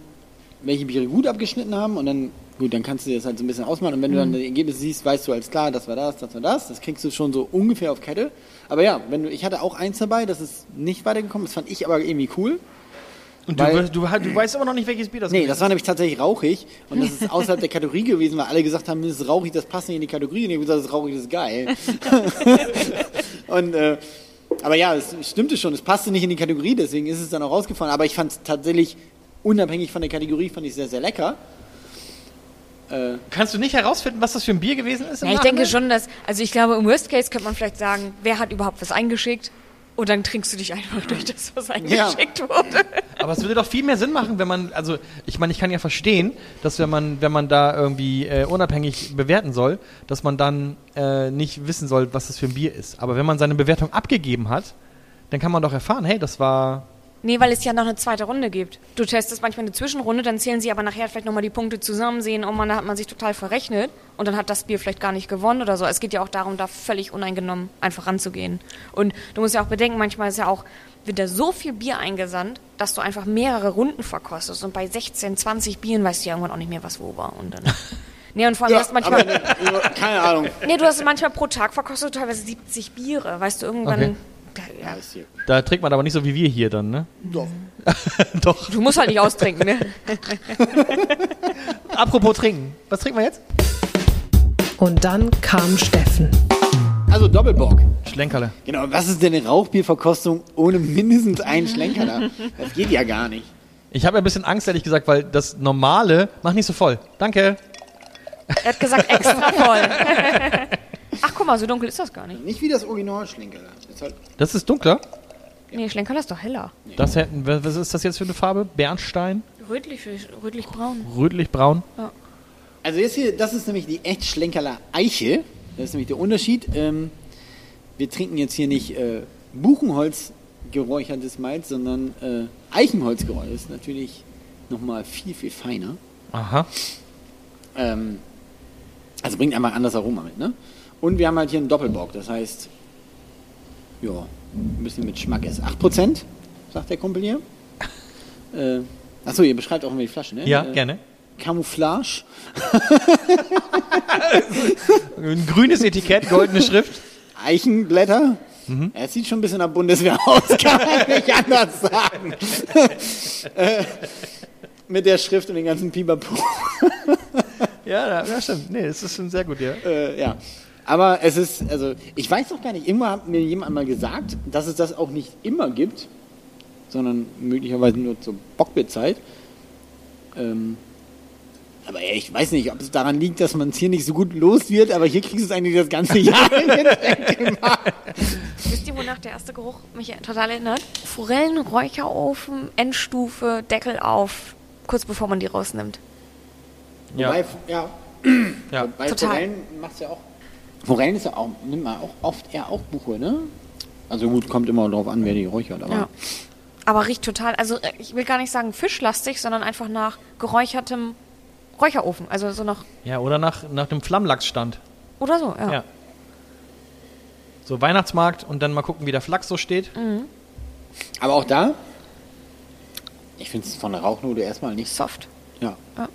welche Biere gut abgeschnitten haben und dann, gut, dann kannst du dir das halt so ein bisschen ausmalen und wenn du dann das Ergebnis siehst, weißt du als klar, das war das, das war das, das kriegst du schon so ungefähr auf Kette. Aber ja, wenn du, ich hatte auch eins dabei, das ist nicht weitergekommen, das fand ich aber irgendwie cool. Und Weil- du, wirst- du, halt, du weißt immer noch nicht, welches Bier das Nee, das war nämlich tatsächlich rauchig und das ist außerhalb der Kategorie gewesen, weil alle gesagt haben, das ist rauchig, das passt nicht in die Kategorie. Und ich habe gesagt, das ist rauchig, das ist geil. und, äh, aber ja, es stimmte schon, es passte nicht in die Kategorie, deswegen ist es dann auch rausgefallen. Aber ich fand es tatsächlich, unabhängig von der Kategorie, fand ich sehr, sehr lecker. Kannst du nicht herausfinden, was das für ein Bier gewesen ist? im Ja, ich Nachhinein? denke schon, dass, also ich glaube, im Worst Case könnte man vielleicht sagen, wer hat überhaupt was eingeschickt? Und dann trinkst du dich einfach durch Ah. das, was eingeschickt wurde. Aber es würde doch viel mehr Sinn machen, wenn man, also ich meine, ich kann ja verstehen, dass wenn man, wenn man da irgendwie äh, unabhängig bewerten soll, dass man dann äh, nicht wissen soll, was das für ein Bier ist. Aber wenn man seine Bewertung abgegeben hat, dann kann man doch erfahren, hey, das war. Nee, weil es ja noch eine zweite Runde gibt. Du testest manchmal eine Zwischenrunde, dann zählen sie aber nachher vielleicht nochmal die Punkte zusammen, sehen, oh man, da hat man sich total verrechnet und dann hat das Bier vielleicht gar nicht gewonnen oder so. Es geht ja auch darum, da völlig uneingenommen einfach ranzugehen. Und du musst ja auch bedenken, manchmal ist ja auch wieder so viel Bier eingesandt, dass du einfach mehrere Runden verkostest und bei 16, 20 Bieren weißt du ja irgendwann auch nicht mehr, was wo war. Und dann. Nee, und vor allem hast du manchmal. aber, ne, keine Ahnung. Nee, du hast manchmal pro Tag verkostet teilweise 70 Biere. Weißt du, irgendwann. Ja, Ist hier- Da trinkt man aber nicht so wie wir hier dann, ne? Doch. doch. du musst halt nicht austrinken, ne? Apropos trinken. Was trinken wir jetzt? Und dann kam Steffen. Also Doppelbock. Schlenkerle. Genau, was ist denn eine Rauchbierverkostung ohne mindestens einen Schlenker da? Das geht ja gar nicht. Ich habe ja ein bisschen Angst, ehrlich gesagt, weil das normale. Mach nicht so voll. Danke. Er hat gesagt, extra voll. Ach, guck mal, so dunkel ist das gar nicht. Nicht wie das Original Schlenker da. Ist halt Das ist dunkler. Nee, Schlenker ist doch heller. Das hätten, wa- was ist das jetzt für eine Farbe? Bernstein? Rötlich, rötlich-braun. Rötlich-braun? Also jetzt hier, das ist nämlich die Echtschlenkerler Eiche. Das ist nämlich der Unterschied. Ähm, wir trinken jetzt hier nicht äh, Buchenholz geräuchertes Malz, sondern äh, Eichenholz geräuchert. Das ist natürlich nochmal viel, viel feiner. Aha. Ähm, also bringt einfach ein anderes Aroma mit, ne? Und wir haben halt hier einen Doppelbock, das heißt, ja, ein bisschen mit Schmack ist. 8%, sagt der Kumpel hier. Äh, achso, ihr beschreibt auch immer die Flasche, ne? Ja, äh, gerne. Camouflage. Ein grünes Etikett, goldene Schrift. Eichenblätter. Es sieht schon ein bisschen nach Bundeswehr aus, kann man nicht anders sagen. Äh, Mit der Schrift und den ganzen Pipapo. Ja, ja, stimmt. Nee, das ist schon sehr gut, ja. Äh, ja. Aber es ist, also ich weiß noch gar nicht, irgendwann hat mir jemand mal gesagt, dass es das auch nicht immer gibt, sondern möglicherweise nur zur Bockbierzeit. Ähm, aber ja, ich weiß nicht, ob es daran liegt, dass man es hier nicht so gut los wird, aber hier kriegst du es eigentlich das ganze Jahr. Wisst ihr, wonach der erste Geruch mich total erinnert? Forellen, Räucherofen, Endstufe, Deckel auf, kurz bevor man die rausnimmt. Wobei, ja. Ja. Bei Total. Forellen macht's ja auch. Forellen ist ja auch, nimmt man auch oft eher auch Buche, ne? Also gut, kommt immer drauf an, wer die räuchert, aber. Ja. Aber riecht total, also äh, ich will gar nicht sagen fischlastig, sondern einfach nach geräuchertem Räucherofen. Also so nach, Ja, oder nach, nach dem Flammlachsstand. oder so, ja. Ja. So Weihnachtsmarkt und dann mal gucken, wie der Flachs so steht. Mm. Aber auch da, ich finde es von der Rauchnote erstmal nicht so. Soft. Ja. Ja.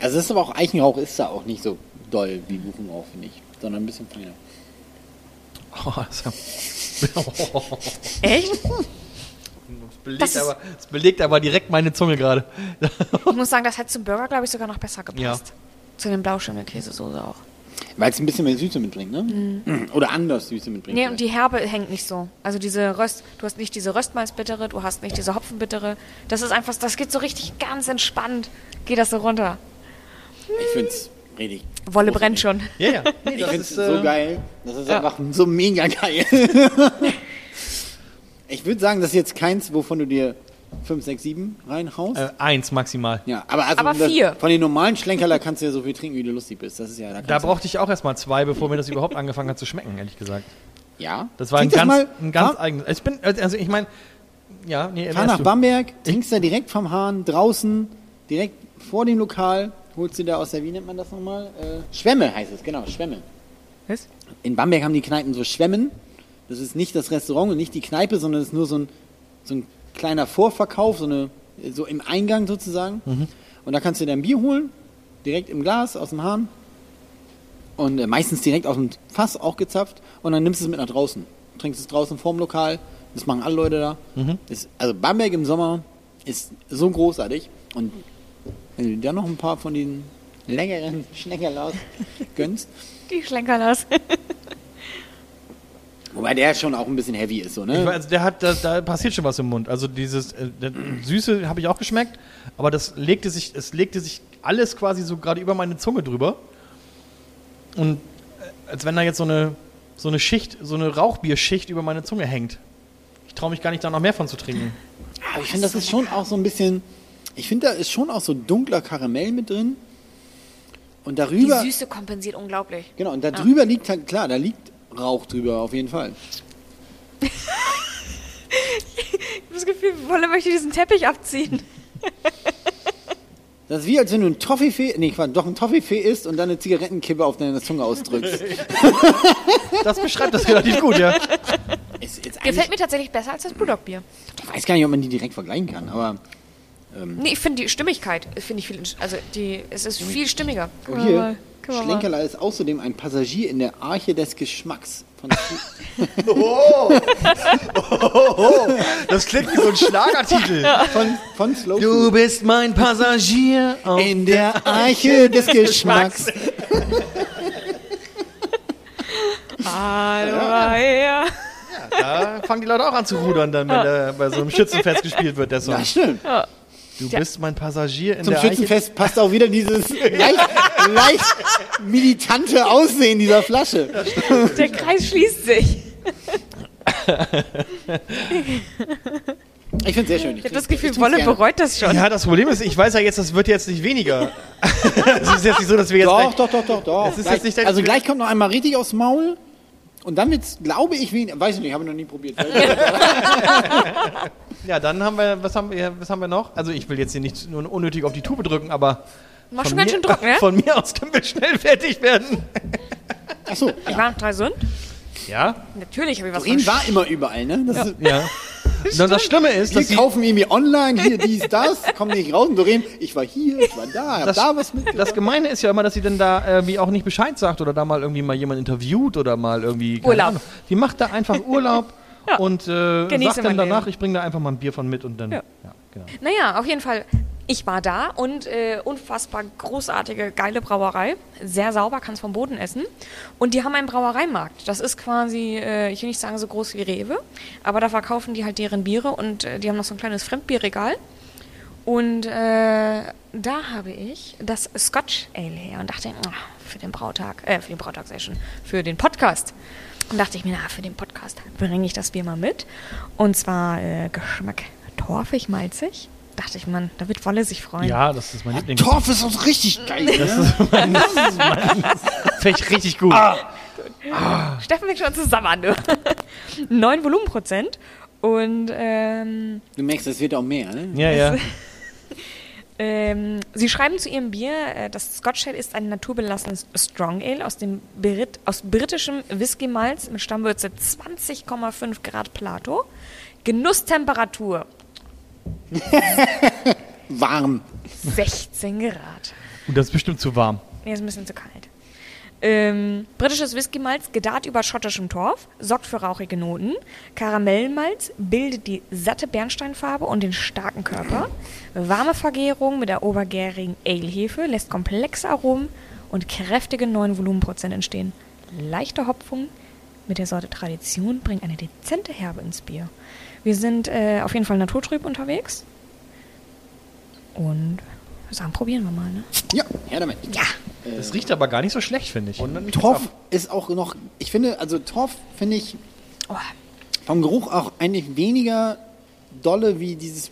Also es ist aber auch Eichenrauch ist da auch nicht so doll wie Buchenrauch, finde ich. Sondern ein bisschen feiner. Oh, das Echt? Das belegt, ist- aber, das belegt aber direkt meine Zunge gerade. Ich muss sagen, das hätte zum Burger, glaube ich, sogar noch besser gepasst. Ja. Zu dem Blauschimmelkäsesoße auch. Weil es ein bisschen mehr Süße mitbringt, ne? Oder anders Süße mitbringt. Mhm. Nee, und vielleicht. die Herbe hängt nicht so. Also diese Röst, du hast nicht diese Röstmalzbittere, du hast nicht diese Hopfenbittere. Das ist einfach, das geht so richtig ganz entspannt. Geht das so runter. ich finde es richtig. Wolle großartig. brennt schon. Ja, ja. Ich finde es äh, so geil. Das ist einfach so mega geil. ich würde sagen, das ist jetzt keins, wovon du dir 5, 6, 7 reinhaust. Äh, eins maximal. ja, aber, also aber das, vier. von den normalen Schlenkerler kannst du ja so viel trinken, wie du lustig bist. Das ist ja, Da kannst du- brauchte ich auch erstmal zwei, bevor mir das überhaupt angefangen hat zu schmecken, ehrlich gesagt. Ja. Das war ein Trink ganz, mal- ein ganz fahr, eigenes. Ich bin, also ich meine, ja, nee, fahr erst nach du. Bamberg, trinkst da direkt vom Hahn, draußen, direkt vor dem Lokal, holst du da aus der, wie nennt man das nochmal? Äh, Schwämme heißt es, genau, Schwämme. Was? In Bamberg haben die Kneipen so Schwämmen. Das ist nicht das Restaurant und nicht die Kneipe, sondern es ist nur so ein, so ein kleiner Vorverkauf, so, eine, so im Eingang sozusagen. Und da kannst du dir dein Bier holen, direkt im Glas, aus dem Hahn. Und äh, meistens direkt aus dem Fass auch gezapft. Und dann nimmst du es mit nach Mhm. draußen. Trinkst es draußen vorm Lokal. Das machen alle Leute da. Ist, also Bamberg im Sommer ist so großartig. Und wenn du dir dann noch ein paar von diesen längeren Schneckerlaus gönnst, Die Schlenkerlaus. wobei der schon auch ein bisschen heavy ist, so, ne? Ich weiß, der hat, da, da passiert schon was im Mund. Also dieses äh, der Süße habe ich auch geschmeckt, aber das legte sich, es legte sich alles quasi so gerade über meine Zunge drüber. Und äh, als wenn da jetzt so eine, so eine Schicht, so eine Rauchbierschicht über meine Zunge hängt. Ich traue mich gar nicht, da noch mehr von zu trinken. Aber ich finde, das ist schon auch so ein bisschen. Ich finde, da ist schon auch so dunkler Karamell mit drin. Und Die darüber. Süße kompensiert unglaublich. Genau, und da drüber liegt halt, klar, da liegt Rauch drüber, auf jeden Fall. Ich habe das Gefühl, Wolle möchte diesen Teppich abziehen. Das ist wie, als wenn du ein Toffifee, nee, Quatsch, doch ein Toffifee isst und dann eine Zigarettenkippe auf deine Zunge ausdrückst. Das beschreibt das relativ gut, ja. ist, ist Gefällt eigentlich, mir tatsächlich besser als das Bulldog-Bier. ich weiß gar nicht, ob man die direkt vergleichen kann, aber Nee, ich finde die Stimmigkeit, äh, finde ich viel, ents- also die, es ist viel stimmiger. oh, Guck hier, mal, guck mal. Schlenkerler ist außerdem ein Passagier in der Arche des Geschmacks. Von Das klingt wie so ein Schlagertitel. von, von Slow Du bist mein Passagier. Oh. auf- In der Arche des Geschmacks. Hallo, ja. Da fangen die Leute auch an zu rudern, dann, wenn der bei so einem Schützenfest gespielt wird, der Song. Das stimmt. Du bist mein Passagier in Zum der Eiche. Schützenfest passt auch wieder dieses leicht, leicht militante Aussehen dieser Flasche. Der Kreis schließt sich. Ich finde es sehr schön. Ich habe trinke- das Gefühl, trink's Wolle gerne. bereut das schon. Ja, das Problem ist, ich weiß ja jetzt, das wird jetzt nicht weniger. Es ist jetzt nicht so, dass wir jetzt. Doch, gleich- doch, doch, doch, doch. Das ist Gleich- jetzt nicht dein- also gleich kommt noch einmal richtig aufs Maul. Und dann wird's, glaube ich, weniger. Weiß ich nicht, habe ich noch nie probiert. Ja, dann haben wir, was haben wir, was haben wir noch? Also ich will jetzt hier nicht nur unnötig auf die Tube drücken, aber Mach von schon ganz mir- schön Druck, ne? Von mir aus können wir schnell fertig werden. Achso, Ich war noch gesund. Ja, Natürlich habe ich was Doreen von war immer überall, ne? Das ist, ja. Und das Schlimme ist, wir dass die, kaufen irgendwie online, hier dies, das, kommen nicht raus. Und Doreen, ich war hier, ich war da, hab Das- da was mit. das Gemeine ist ja immer, dass sie dann da irgendwie auch nicht Bescheid sagt oder da mal irgendwie mal jemand interviewt oder mal irgendwie. keine Urlaub. Ahnung. Die macht da einfach Urlaub und äh, Genieße sagt dann mein danach, Leben. ich bringe da einfach mal ein Bier von mit und dann. Ja, genau. Naja, auf jeden Fall. Ich war da und äh, unfassbar großartige, geile Brauerei. Sehr sauber, kannst vom Boden essen. Und die haben einen Brauereimarkt. Das ist quasi, äh, ich will nicht sagen so groß wie Rewe, aber da verkaufen die halt deren Biere und äh, die haben noch so ein kleines Fremdbierregal. Und äh, da habe ich das Scotch Ale her und dachte, ah, für den Brautag, äh, für den Brautag sei schon, für den Podcast. Und dachte ich mir, na, für den Podcast bringe ich das Bier mal mit. Und zwar äh, Geschmack torfig, malzig. Dachte ich, Mann, da wird Wolle sich freuen. ja, das ist mein Lieblings. Torf ist auch richtig geil. Ne? Vielleicht richtig gut. Steffen wir schon zusammen. du. 9 Volumenprozent. Und ähm, Du merkst, es wird auch mehr, ne? Ja, ja. Ähm, Sie schreiben zu Ihrem Bier, äh, das Scotch Ale ist ein naturbelassenes Strong Ale aus, dem Brit aus britischem Whisky-Malz mit Stammwürze 20,5 Grad Plato. Genusstemperatur Warm. 16 Grad. Und das ist bestimmt zu warm. Nee, ist ein bisschen zu kalt. Ähm, britisches Whisky-Malz gedarrt über schottischem Torf, sorgt für rauchige Noten. Karamellmalz bildet die satte Bernsteinfarbe und den starken Körper. Warme Vergärung mit der obergärigen Ale-Hefe lässt komplexe Aromen und kräftige 9 Volumenprozent entstehen. Leichte Hopfung mit der Sorte Tradition bringt eine dezente Herbe ins Bier. Wir sind äh, auf jeden Fall naturtrüb unterwegs. Und ich würde sagen, probieren wir mal, ne? Ja, her damit. Ja! Das riecht aber gar nicht so schlecht, finde ich. Torf ist auch noch, ich finde, also Torf finde ich Oh. vom Geruch auch eigentlich weniger dolle wie dieses.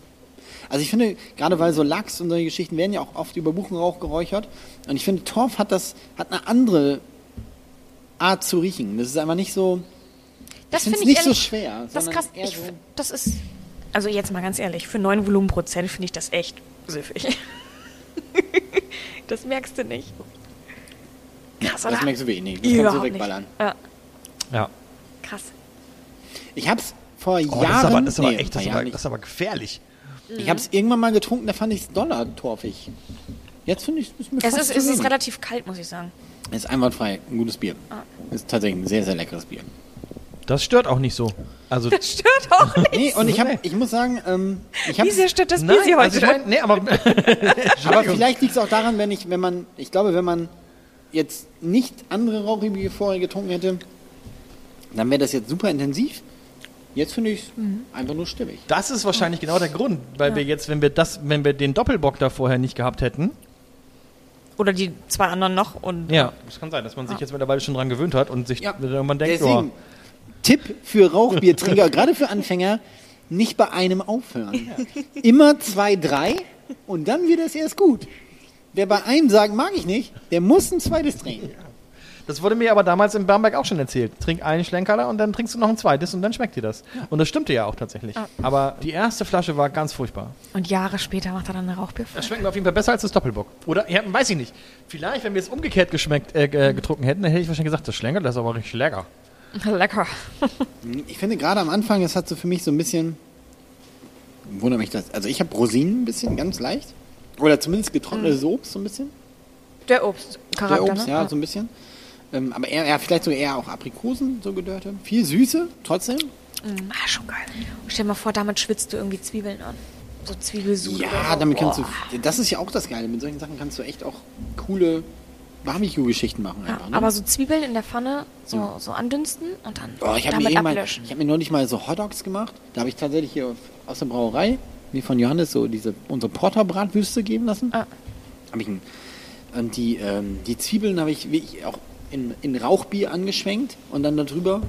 Also ich finde, gerade weil so Lachs und solche Geschichten werden ja auch oft über Buchenrauch geräuchert. Und ich finde, Torf hat das, hat eine andere Art zu riechen. Das ist einfach nicht so. Das Ich finde find's ich nicht so ehrlich- schwer, Das, sondern krass, eher ich, so- f- das ist. Also jetzt mal ganz ehrlich, für 9 Volumenprozent finde ich das echt süffig. das merkst du nicht. Krass, oder? Das merkst du wenig. Das kannst du Überhaupt wegballern. nicht. Ja, Ja. krass. Ich hab's vor Oh, Jahren. das ist aber, das ist aber nee, vor echt, das ist aber, Jahren das ist aber gefährlich. nicht. Ich hab's irgendwann mal getrunken, da fand ich's doller torfig. Jetzt finde ich es mir Es fast ist, zu es ist wenig. relativ kalt, muss ich sagen. Ah. Ist einwandfrei, ein gutes Bier. Ist tatsächlich ein sehr, sehr leckeres Bier. Das stört auch nicht so. Also, Das stört auch nicht. Nee, und ich, hab, ich muss sagen, ähm, ich habe Wieso stört das nein, Bier Sie also ich heute? mein, nee, aber Aber vielleicht liegt es auch daran, wenn ich, wenn man, ich glaube, wenn man jetzt nicht andere Rauchbier vorher getrunken hätte, dann wäre das jetzt super intensiv. Jetzt finde ich es einfach nur stimmig. das ist wahrscheinlich genau der Grund, weil wir jetzt, wenn wir das, wenn wir den Doppelbock da vorher nicht gehabt hätten, Oder die zwei anderen noch und ja, das kann sein, dass man sich jetzt mittlerweile schon dran gewöhnt hat und sich Ja. irgendwann denkt, Deswegen, Tipp für Rauchbiertrinker, gerade für Anfänger, nicht bei einem aufhören. Immer zwei, drei und dann wird es erst gut. Wer bei einem sagt, mag ich nicht, der muss ein zweites trinken. oh. das wurde mir aber damals in Bamberg auch schon erzählt. Trink einen Schlenkerler und dann trinkst du noch ein zweites und dann schmeckt dir das. Und das stimmte ja auch tatsächlich. Aber die erste Flasche war ganz furchtbar. Und Jahre später macht er dann eine Rauchbierfahrt. Das schmeckt mir auf jeden Fall besser als das Doppelbock. Oder, ja, weiß ich nicht. Vielleicht, wenn wir es umgekehrt geschmeckt, äh, ge- getrunken hätten, dann hätte ich wahrscheinlich gesagt, das Schlenker, das ist aber richtig lecker. Lecker. Ich finde gerade am Anfang, es hat so für mich so ein bisschen. Wundert mich das. Also ich habe Rosinen ein bisschen, ganz leicht. Oder zumindest getrocknetes Obst so ein bisschen. Der Obstcharakter, Der Obst, Hm. ne? ja, so ein bisschen. Ähm, aber eher, ja, vielleicht so eher auch Aprikosen, so gedörrte. Viel Süße, trotzdem. Ah, schon geil. Und stell dir mal vor, damit schwitzt du irgendwie Zwiebeln an. So Zwiebelsud. oder Ja, so. damit kannst Boah. du. Das ist ja auch das Geile. Mit solchen Sachen kannst du echt auch coole Barbecue-Geschichten machen. Ja, einfach, ne? aber so Zwiebeln in der Pfanne so, so andünsten und dann Boah, ich habe mir, damit eh mal- ablöschen. ich hab mir neulich mal so Hotdogs gemacht. Da habe ich tatsächlich hier auf- aus der Brauerei mir von Johannes so diese unsere Porterbratwürste geben lassen. Ah. Hab ich ein, und die, ähm, die Zwiebeln habe ich wirklich auch in, in Rauchbier angeschwenkt und dann darüber.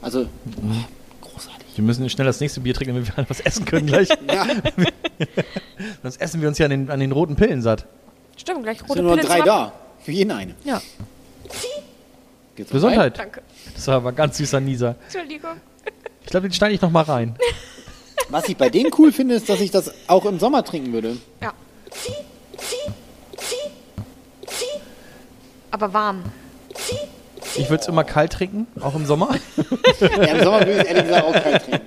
Also großartig. Wir müssen schnell das nächste Bier trinken, damit wir was essen können gleich. Ja, Sonst essen wir uns ja an den, an den roten Pillen satt. Stimmt, gleich rote sind nur Pille drei zum Ab- da. Für jeden eine. Ja, Geht's Gesundheit. danke. Das war aber ganz süßer Nieser. Entschuldigung. Ich glaube, den schneide ich noch mal rein. vorbei? Was ich bei denen cool finde, ist, dass ich das auch im Sommer trinken würde. Ja. Aber warm. Ich würde es immer kalt trinken, auch im Sommer. Ja, im Sommer würde ich es ehrlich gesagt auch kalt trinken.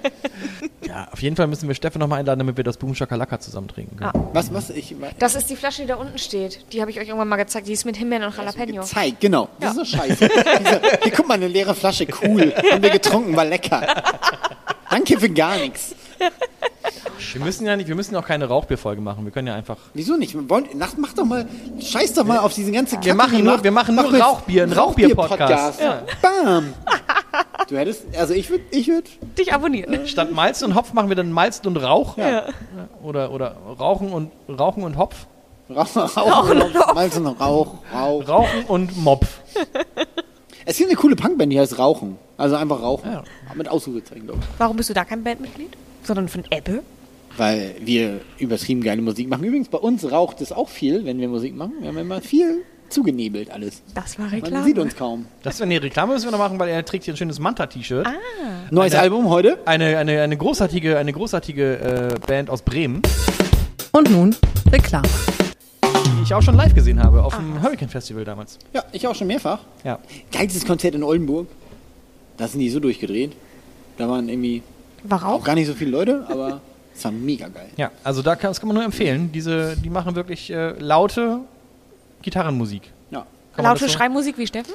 Ja, auf jeden Fall müssen wir Steffen noch mal einladen, damit wir das Boom Shakalaka zusammen trinken können. Ah. Was, was? Ich, Das ist die Flasche, die da unten steht. Die habe ich euch irgendwann mal gezeigt. Die ist mit Himbeeren und Jalapeno. Gezeigt, genau. Das ist so scheiße. Diese, hier, guck mal, eine leere Flasche, cool. Haben wir getrunken, war lecker. Danke für gar nichts. Wir müssen ja nicht, wir müssen auch keine Rauchbierfolge machen. Wir können ja einfach. Wieso nicht? Wir Wollen, nach, mach doch mal, scheiß doch mal auf diesen ganzen Kacke, machen die ihr nur- macht. wir machen nur Mach mal Rauchbier, einen Rauchbier-Podcast. Rauchbier-Podcast. Bam. Du hättest, also ich würde, ich würde, Dich Ne? abonnieren. Statt Malzen und Hopf machen wir dann Malzen und Rauch. ja. Oder, oder Rauchen und Rauchen und Hopf. Rauch, Rauch, Rauch, Malzen, Rauch, Rauch. Rauchen und Mopf. Es gibt eine coole Punkband, die heißt Rauchen. Also einfach Rauchen. Ja. Mit Ausrufezeichen, glaube ich. Warum bist du da kein Bandmitglied? Sondern von Ebbe? Weil wir übertrieben geile Musik machen. Übrigens, bei uns raucht es auch viel, wenn wir Musik machen. Wir haben immer viel zugenebelt alles. Das war Man Reklame. sieht uns kaum. Das wäre eine Reklame, müssen wir noch machen, weil er trägt hier ein schönes Manta-T-Shirt. Neues Album heute. Eine, eine, eine großartige, eine großartige äh, Band aus Bremen, Und nun Reklame. die ich auch schon live gesehen habe, auf dem Hurricane Festival damals. Ja, ich auch schon mehrfach. Ja. Geilstes Konzert in Oldenburg. Da sind die so durchgedreht. Da waren irgendwie War auch auch? gar nicht so viele Leute, aber es war mega geil. Ja, also da kann, das kann man nur empfehlen. Diese, die machen wirklich äh, laute Gitarrenmusik. Ja, Kann man das Laute so- Schreimusik wie Steffen?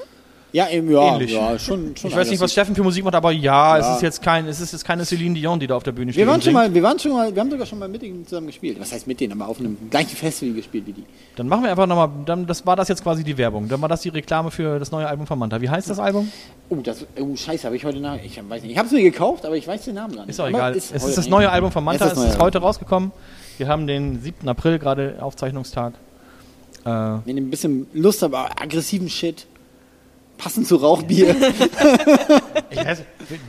ja, eben, ja, Ähnlich. ja schon, schon. Ich weiß nicht, was anders. Steffen für Musik macht, aber Ja. ja, es ist jetzt kein, es ist jetzt keine Celine Dion, die da auf der Bühne steht. wir waren und schon singt. mal, wir waren schon mal, wir haben sogar schon mal mit ihnen zusammen gespielt. Was heißt mit denen, aber auf einem gleichen Festival gespielt wie die. Dann machen wir einfach nochmal, dann das war das jetzt quasi die Werbung. Dann war das die Reklame für das neue Album von Manta. Wie heißt das Album? Oh, das, oh scheiße, habe ich heute nach. Ich weiß nicht. Ich habe es mir gekauft, aber ich weiß den Namen gar nicht. Ist auch Aber egal. es heute ist das neue eigentlich- Album von Manta. Es ist, das neue heute Album. rausgekommen. Wir haben den 7. April gerade Aufzeichnungstag. Äh, Wenn ihr ein bisschen Lust habt, aber aggressiven Shit, passend zu Rauchbier. ich weiß,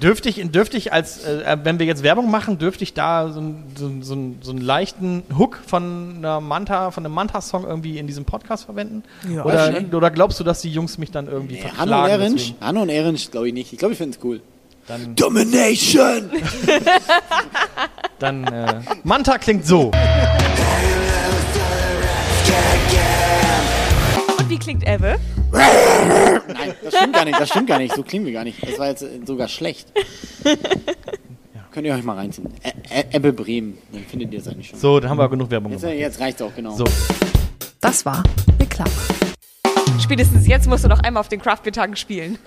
dürfte ich, dürfte ich als, äh, wenn wir jetzt Werbung machen, dürfte ich da so, einen- so, einen- so, einen- so einen leichten Hook von einer Manta, von einem Manta-Song irgendwie in diesem Podcast verwenden? Ja, oder, oder glaubst du, dass die Jungs mich dann irgendwie verklagen? Hanno und Ehrensch? deswegen? Hanno und Ehrensch glaube ich nicht. Ich glaube, ich finde es cool. Dann- Domination! Dann äh, Manta klingt so. Und wie klingt Ebbe? Nein, das stimmt gar nicht, das stimmt gar nicht. So klingen wir gar nicht. Das war jetzt äh, sogar schlecht. Könnt ihr euch mal reinziehen. Ä Ä Ebbe Bremen, dann findet ihr es eigentlich schon. So, dann haben wir genug Werbung Jetzt, gemacht. äh, jetzt reicht's auch, genau. So. Das war Reklame. Spätestens jetzt musst du noch einmal auf den Craft Beer Tagen spielen.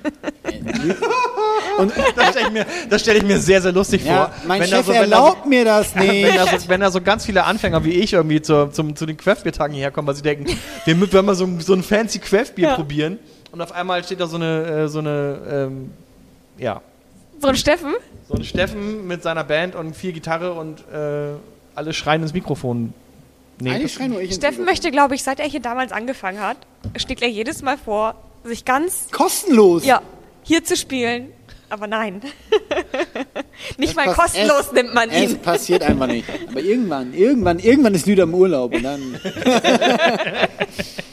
Und das stelle ich, mir- das stell ich mir sehr, sehr lustig Ja, vor. mein wenn da Chef so, wenn da so- erlaubt mir das wenn nicht. da, so, wenn da so ganz viele Anfänger wie ich irgendwie zur, zum, zu den Quaffbiertagen herkommen, weil sie denken, wir mü- wollen mal so, ein- so ein fancy Quaffbier probieren und auf einmal steht da so eine, äh, so eine, ähm, ja, So ein Steffen? so ein Steffen mit seiner Band und viel Gitarre und äh, alle schreien ins Mikrofon. Nee, Eigentlich schreien nur ich. ins Steffen Mikro. möchte, glaube ich, seit er hier damals angefangen hat, schlägt er jedes Mal vor, sich ganz, Kostenlos. ja, hier zu spielen. Aber nein. Nicht Es mal pass- kostenlos es- nimmt man Es ihn. passiert einfach nicht. Aber irgendwann, irgendwann, irgendwann ist Lüder im Urlaub und dann.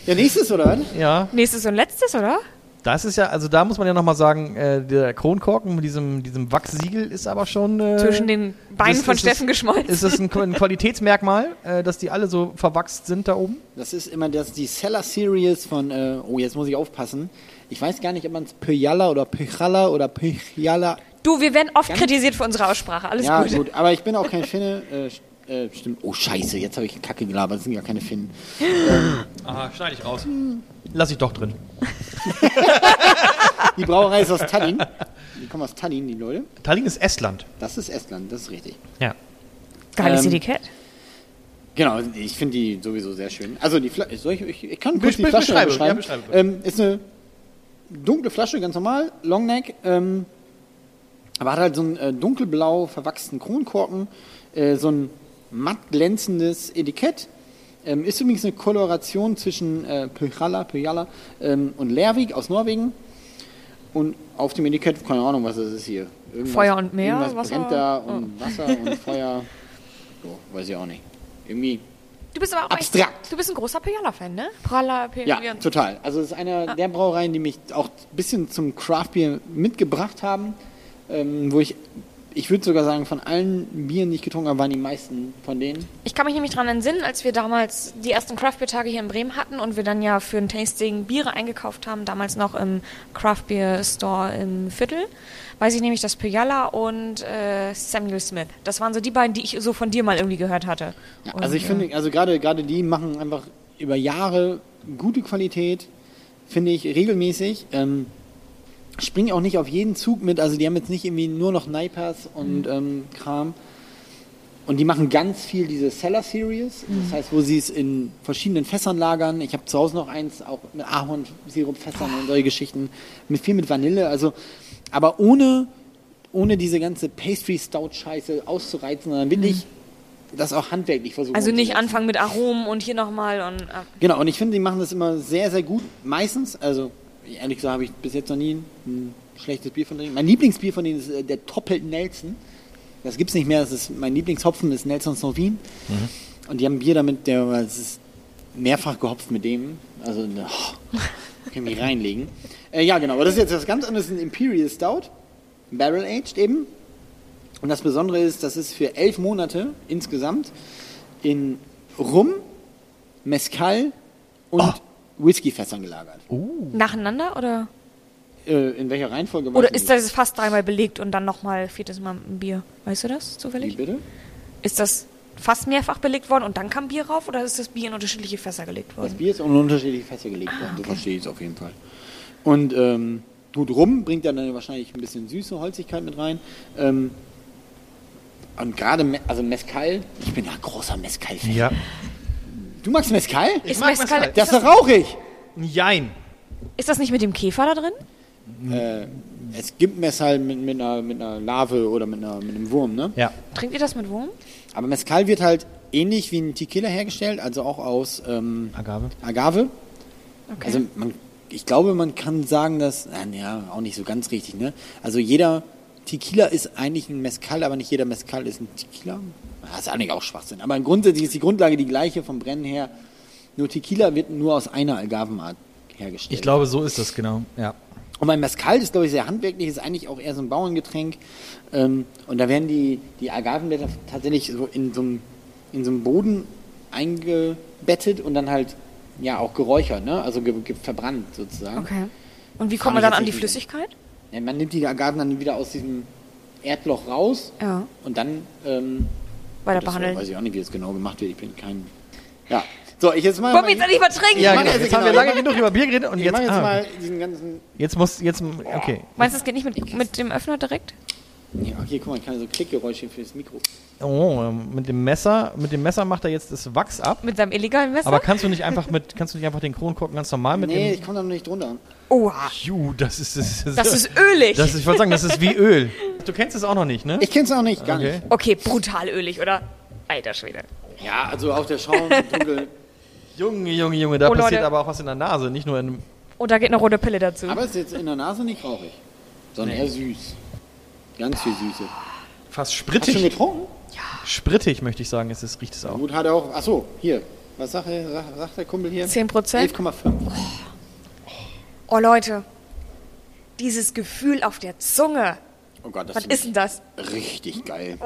ja, nächstes, oder was? ja, Nächstes und letztes, oder? das ist ja, also da muss man ja nochmal sagen, äh, der Kronkorken mit diesem, diesem Wachssiegel ist aber schon... Äh, Zwischen den Beinen das von ist- Steffen geschmolzen. ist das ein, Qu- ein Qualitätsmerkmal, äh, dass die alle so verwachst sind da oben? Das ist immer das, die Seller Series von, äh, oh, jetzt muss ich aufpassen. Ich weiß gar nicht, ob man es Pyjala oder Pychala oder Pychala. du, wir werden oft kritisiert für unsere Aussprache. Alles Ja, gut. gut. aber ich bin auch kein Finne. Äh, st- äh, stimmt. Oh, scheiße, jetzt habe ich Kacke gelabert. Das sind ja keine Finnen. Aha, schneide ich raus. Lass ich doch drin. Die Brauerei ist aus Tallinn. Die kommen aus Tallinn, die Leute. Tallinn ist Estland. Das ist Estland, das ist richtig. Ja. Geiles ähm, Etikett. Genau, ich finde die sowieso sehr schön. Also die Flasche, soll ich, ich, ich kann kurz die Besch- Flasche beschreibe, beschreiben. ja, beschreibe. ähm, ist eine dunkle Flasche, ganz normal, Longneck, ähm, aber hat halt so einen äh, dunkelblau verwachsenen Kronkorken, äh, so ein matt glänzendes Etikett. Ähm, ist übrigens eine Koloration zwischen äh, Pyjala, Pyjala ähm, und Lervik aus Norwegen. Und auf dem Etikett, keine Ahnung, was das ist hier. Irgendwas- Feuer und Meer, irgendwas Wasser? Oh. brennt da und Wasser und Feuer. So, weiß ich auch nicht. Irgendwie Du bist aber auch echt- abstrakt. du bist ein großer Piala-Fan, ne? Piala, Ja, Piala. total. Also es ist einer Ah. der Brauereien, die mich auch ein bisschen zum Craft Beer mitgebracht haben, ähm, wo ich, ich würde sogar sagen, von allen Bieren, die ich getrunken habe, waren die meisten von denen. Ich kann mich nämlich daran entsinnen, als wir damals die ersten Craft Beer Tage hier in Bremen hatten und wir dann ja für ein Tasting Biere eingekauft haben, damals noch im Craft Beer Store im Viertel, weiß ich nämlich, dass Pejala und äh, Samuel Smith, das waren so die beiden, die ich so von dir mal irgendwie gehört hatte. Ja, Und, also ich äh, finde, also gerade gerade die machen einfach über Jahre gute Qualität, finde ich regelmäßig. Ähm, springen auch nicht auf jeden Zug mit. Also die haben jetzt nicht irgendwie nur noch Nipers Mhm. und ähm, Kram. Und die machen ganz viel diese Cellar Series, Mhm. das heißt, wo sie es in verschiedenen Fässern lagern. Ich habe zu Hause noch eins, auch mit Ahornsirupfässern und solche Geschichten, mit viel mit Vanille. Also, aber ohne, ohne diese ganze Pastry Stout Scheiße auszureizen, sondern wirklich das auch handwerklich versuchen. Mhm. also nicht umzusetzen. anfangen mit Aromen und hier nochmal und äh, Genau, und ich finde, die machen das immer sehr, sehr gut. Meistens, also ehrlich gesagt, habe ich bis jetzt noch nie ein schlechtes Bier von denen. Mein Lieblingsbier von denen ist äh, der Toppelt Nelson. Das gibt's nicht mehr. Das ist mein Lieblingshopfen ist Nelson Snovin. Und die haben ein Bier damit, der es ist mehrfach gehopft mit dem. Also ne, oh, kann ich mich reinlegen. Äh, ja, genau. Aber das ist jetzt was ganz anderes. Ein Imperial Stout, Barrel aged eben. Und das Besondere ist, das ist für elf Monate insgesamt in Rum, Mezcal und Whiskyfässern gelagert. nacheinander oder Äh, in welcher Reihenfolge weiß oder Uh. ich ist nicht. das fast dreimal belegt und dann nochmal viertes Mal ein Bier? Weißt du das Wie zufällig? bitte? Ist das fast mehrfach belegt worden und dann kam Bier rauf oder ist das Bier in unterschiedliche Fässer gelegt Das worden? Bier ist in unterschiedliche Fässer gelegt worden. So verstehe ich es auf jeden Fall. Und ähm, gut rum bringt dann wahrscheinlich ein bisschen süße Holzigkeit mit rein. Ähm, und gerade, Me also Mezcal, ich bin ja großer Mezcal-Fan. Ja. Du magst Mezcal? Ist mag Mezcal, Mezcal. Das rauche ich! Jein. ist das nicht mit dem Käfer da drin? Äh, es gibt Mezcal mit, mit, einer, mit einer Larve oder mit, einer, mit einem Wurm, ne? Ja. Trinkt ihr das mit Wurm? Aber Mezcal wird halt ähnlich wie ein Tequila hergestellt, also auch aus ähm, Agave. Agave. Okay. Also man, ich glaube, man kann sagen, dass, na, ja, auch nicht so ganz richtig, ne? Also jeder Tequila ist eigentlich ein Mezcal, aber nicht jeder Mezcal ist ein Tequila. Das ist eigentlich auch Schwachsinn. Aber grundsätzlich ist die Grundlage die gleiche vom Brennen her. Nur Tequila wird nur aus einer Agavenart hergestellt. Ich glaube, so ist das, genau. Ja. Und mein Mezcal ist, glaube ich, sehr handwerklich, ist eigentlich auch eher so ein Bauerngetränk. Ähm, und da werden die, die Agavenblätter tatsächlich so in so einem in so einem Boden eingebettet und dann halt ja auch geräuchert, ne? also ge ge verbrannt sozusagen. Okay. Und wie Kann kommt man ich dann an die jetzt nicht Flüssigkeit? Ja, man nimmt die Agaven dann wieder aus diesem Erdloch raus Ja. und dann ähm, Weiter das äh, behandeln. Weiß ich auch nicht, wie das genau gemacht wird. Ich bin kein. Ja. So, ich jetzt mal. Wollen wir jetzt endlich mal trinken? Ja, Mann, genau. ist Jetzt ja haben wir genau. lange genug über Bier geredet und ich jetzt. mach jetzt ah, mal diesen ganzen. jetzt muss. Jetzt, okay. Meinst du, es geht nicht mit, mit dem Öffner direkt? Ja, okay, guck mal, ich kann so Klickgeräusche für das Mikro. Oh, mit dem Messer, mit dem Messer macht er jetzt das Wachs ab. Mit seinem illegalen Messer? Aber kannst du nicht einfach mit, kannst du nicht einfach den Kronkorken ganz normal mit Nee, dem? ich komme da noch nicht drunter. Oha, Ju, das ist das ist, das ist ölig. das ist- ich wollte sagen, das ist wie Öl. Du kennst es auch noch nicht, ne? Ich kenn's auch nicht, gar Okay. okay, brutal ölig, oder? Alter Schwede. nicht. Ja, also auf der Schaum, dunkel. Junge, Junge, Junge, da Oh, passiert Leute. aber auch was in der Nase, nicht nur in. Und da geht eine rote Pille dazu. Aber ist jetzt in der Nase nicht rauchig, sondern eher süß. Ganz viel Süße. Fast Hast du schon sprittig. getrunken? Sprittig möchte ich sagen, es ist, riecht es auch. Gut, hat er auch. Achso, hier. Was sagt, er, sagt, sagt der Kumpel hier? 10%? 11,5. Oh Leute, dieses Gefühl auf der Zunge. Oh Gott, das Was ist denn das? Oh. richtig geil.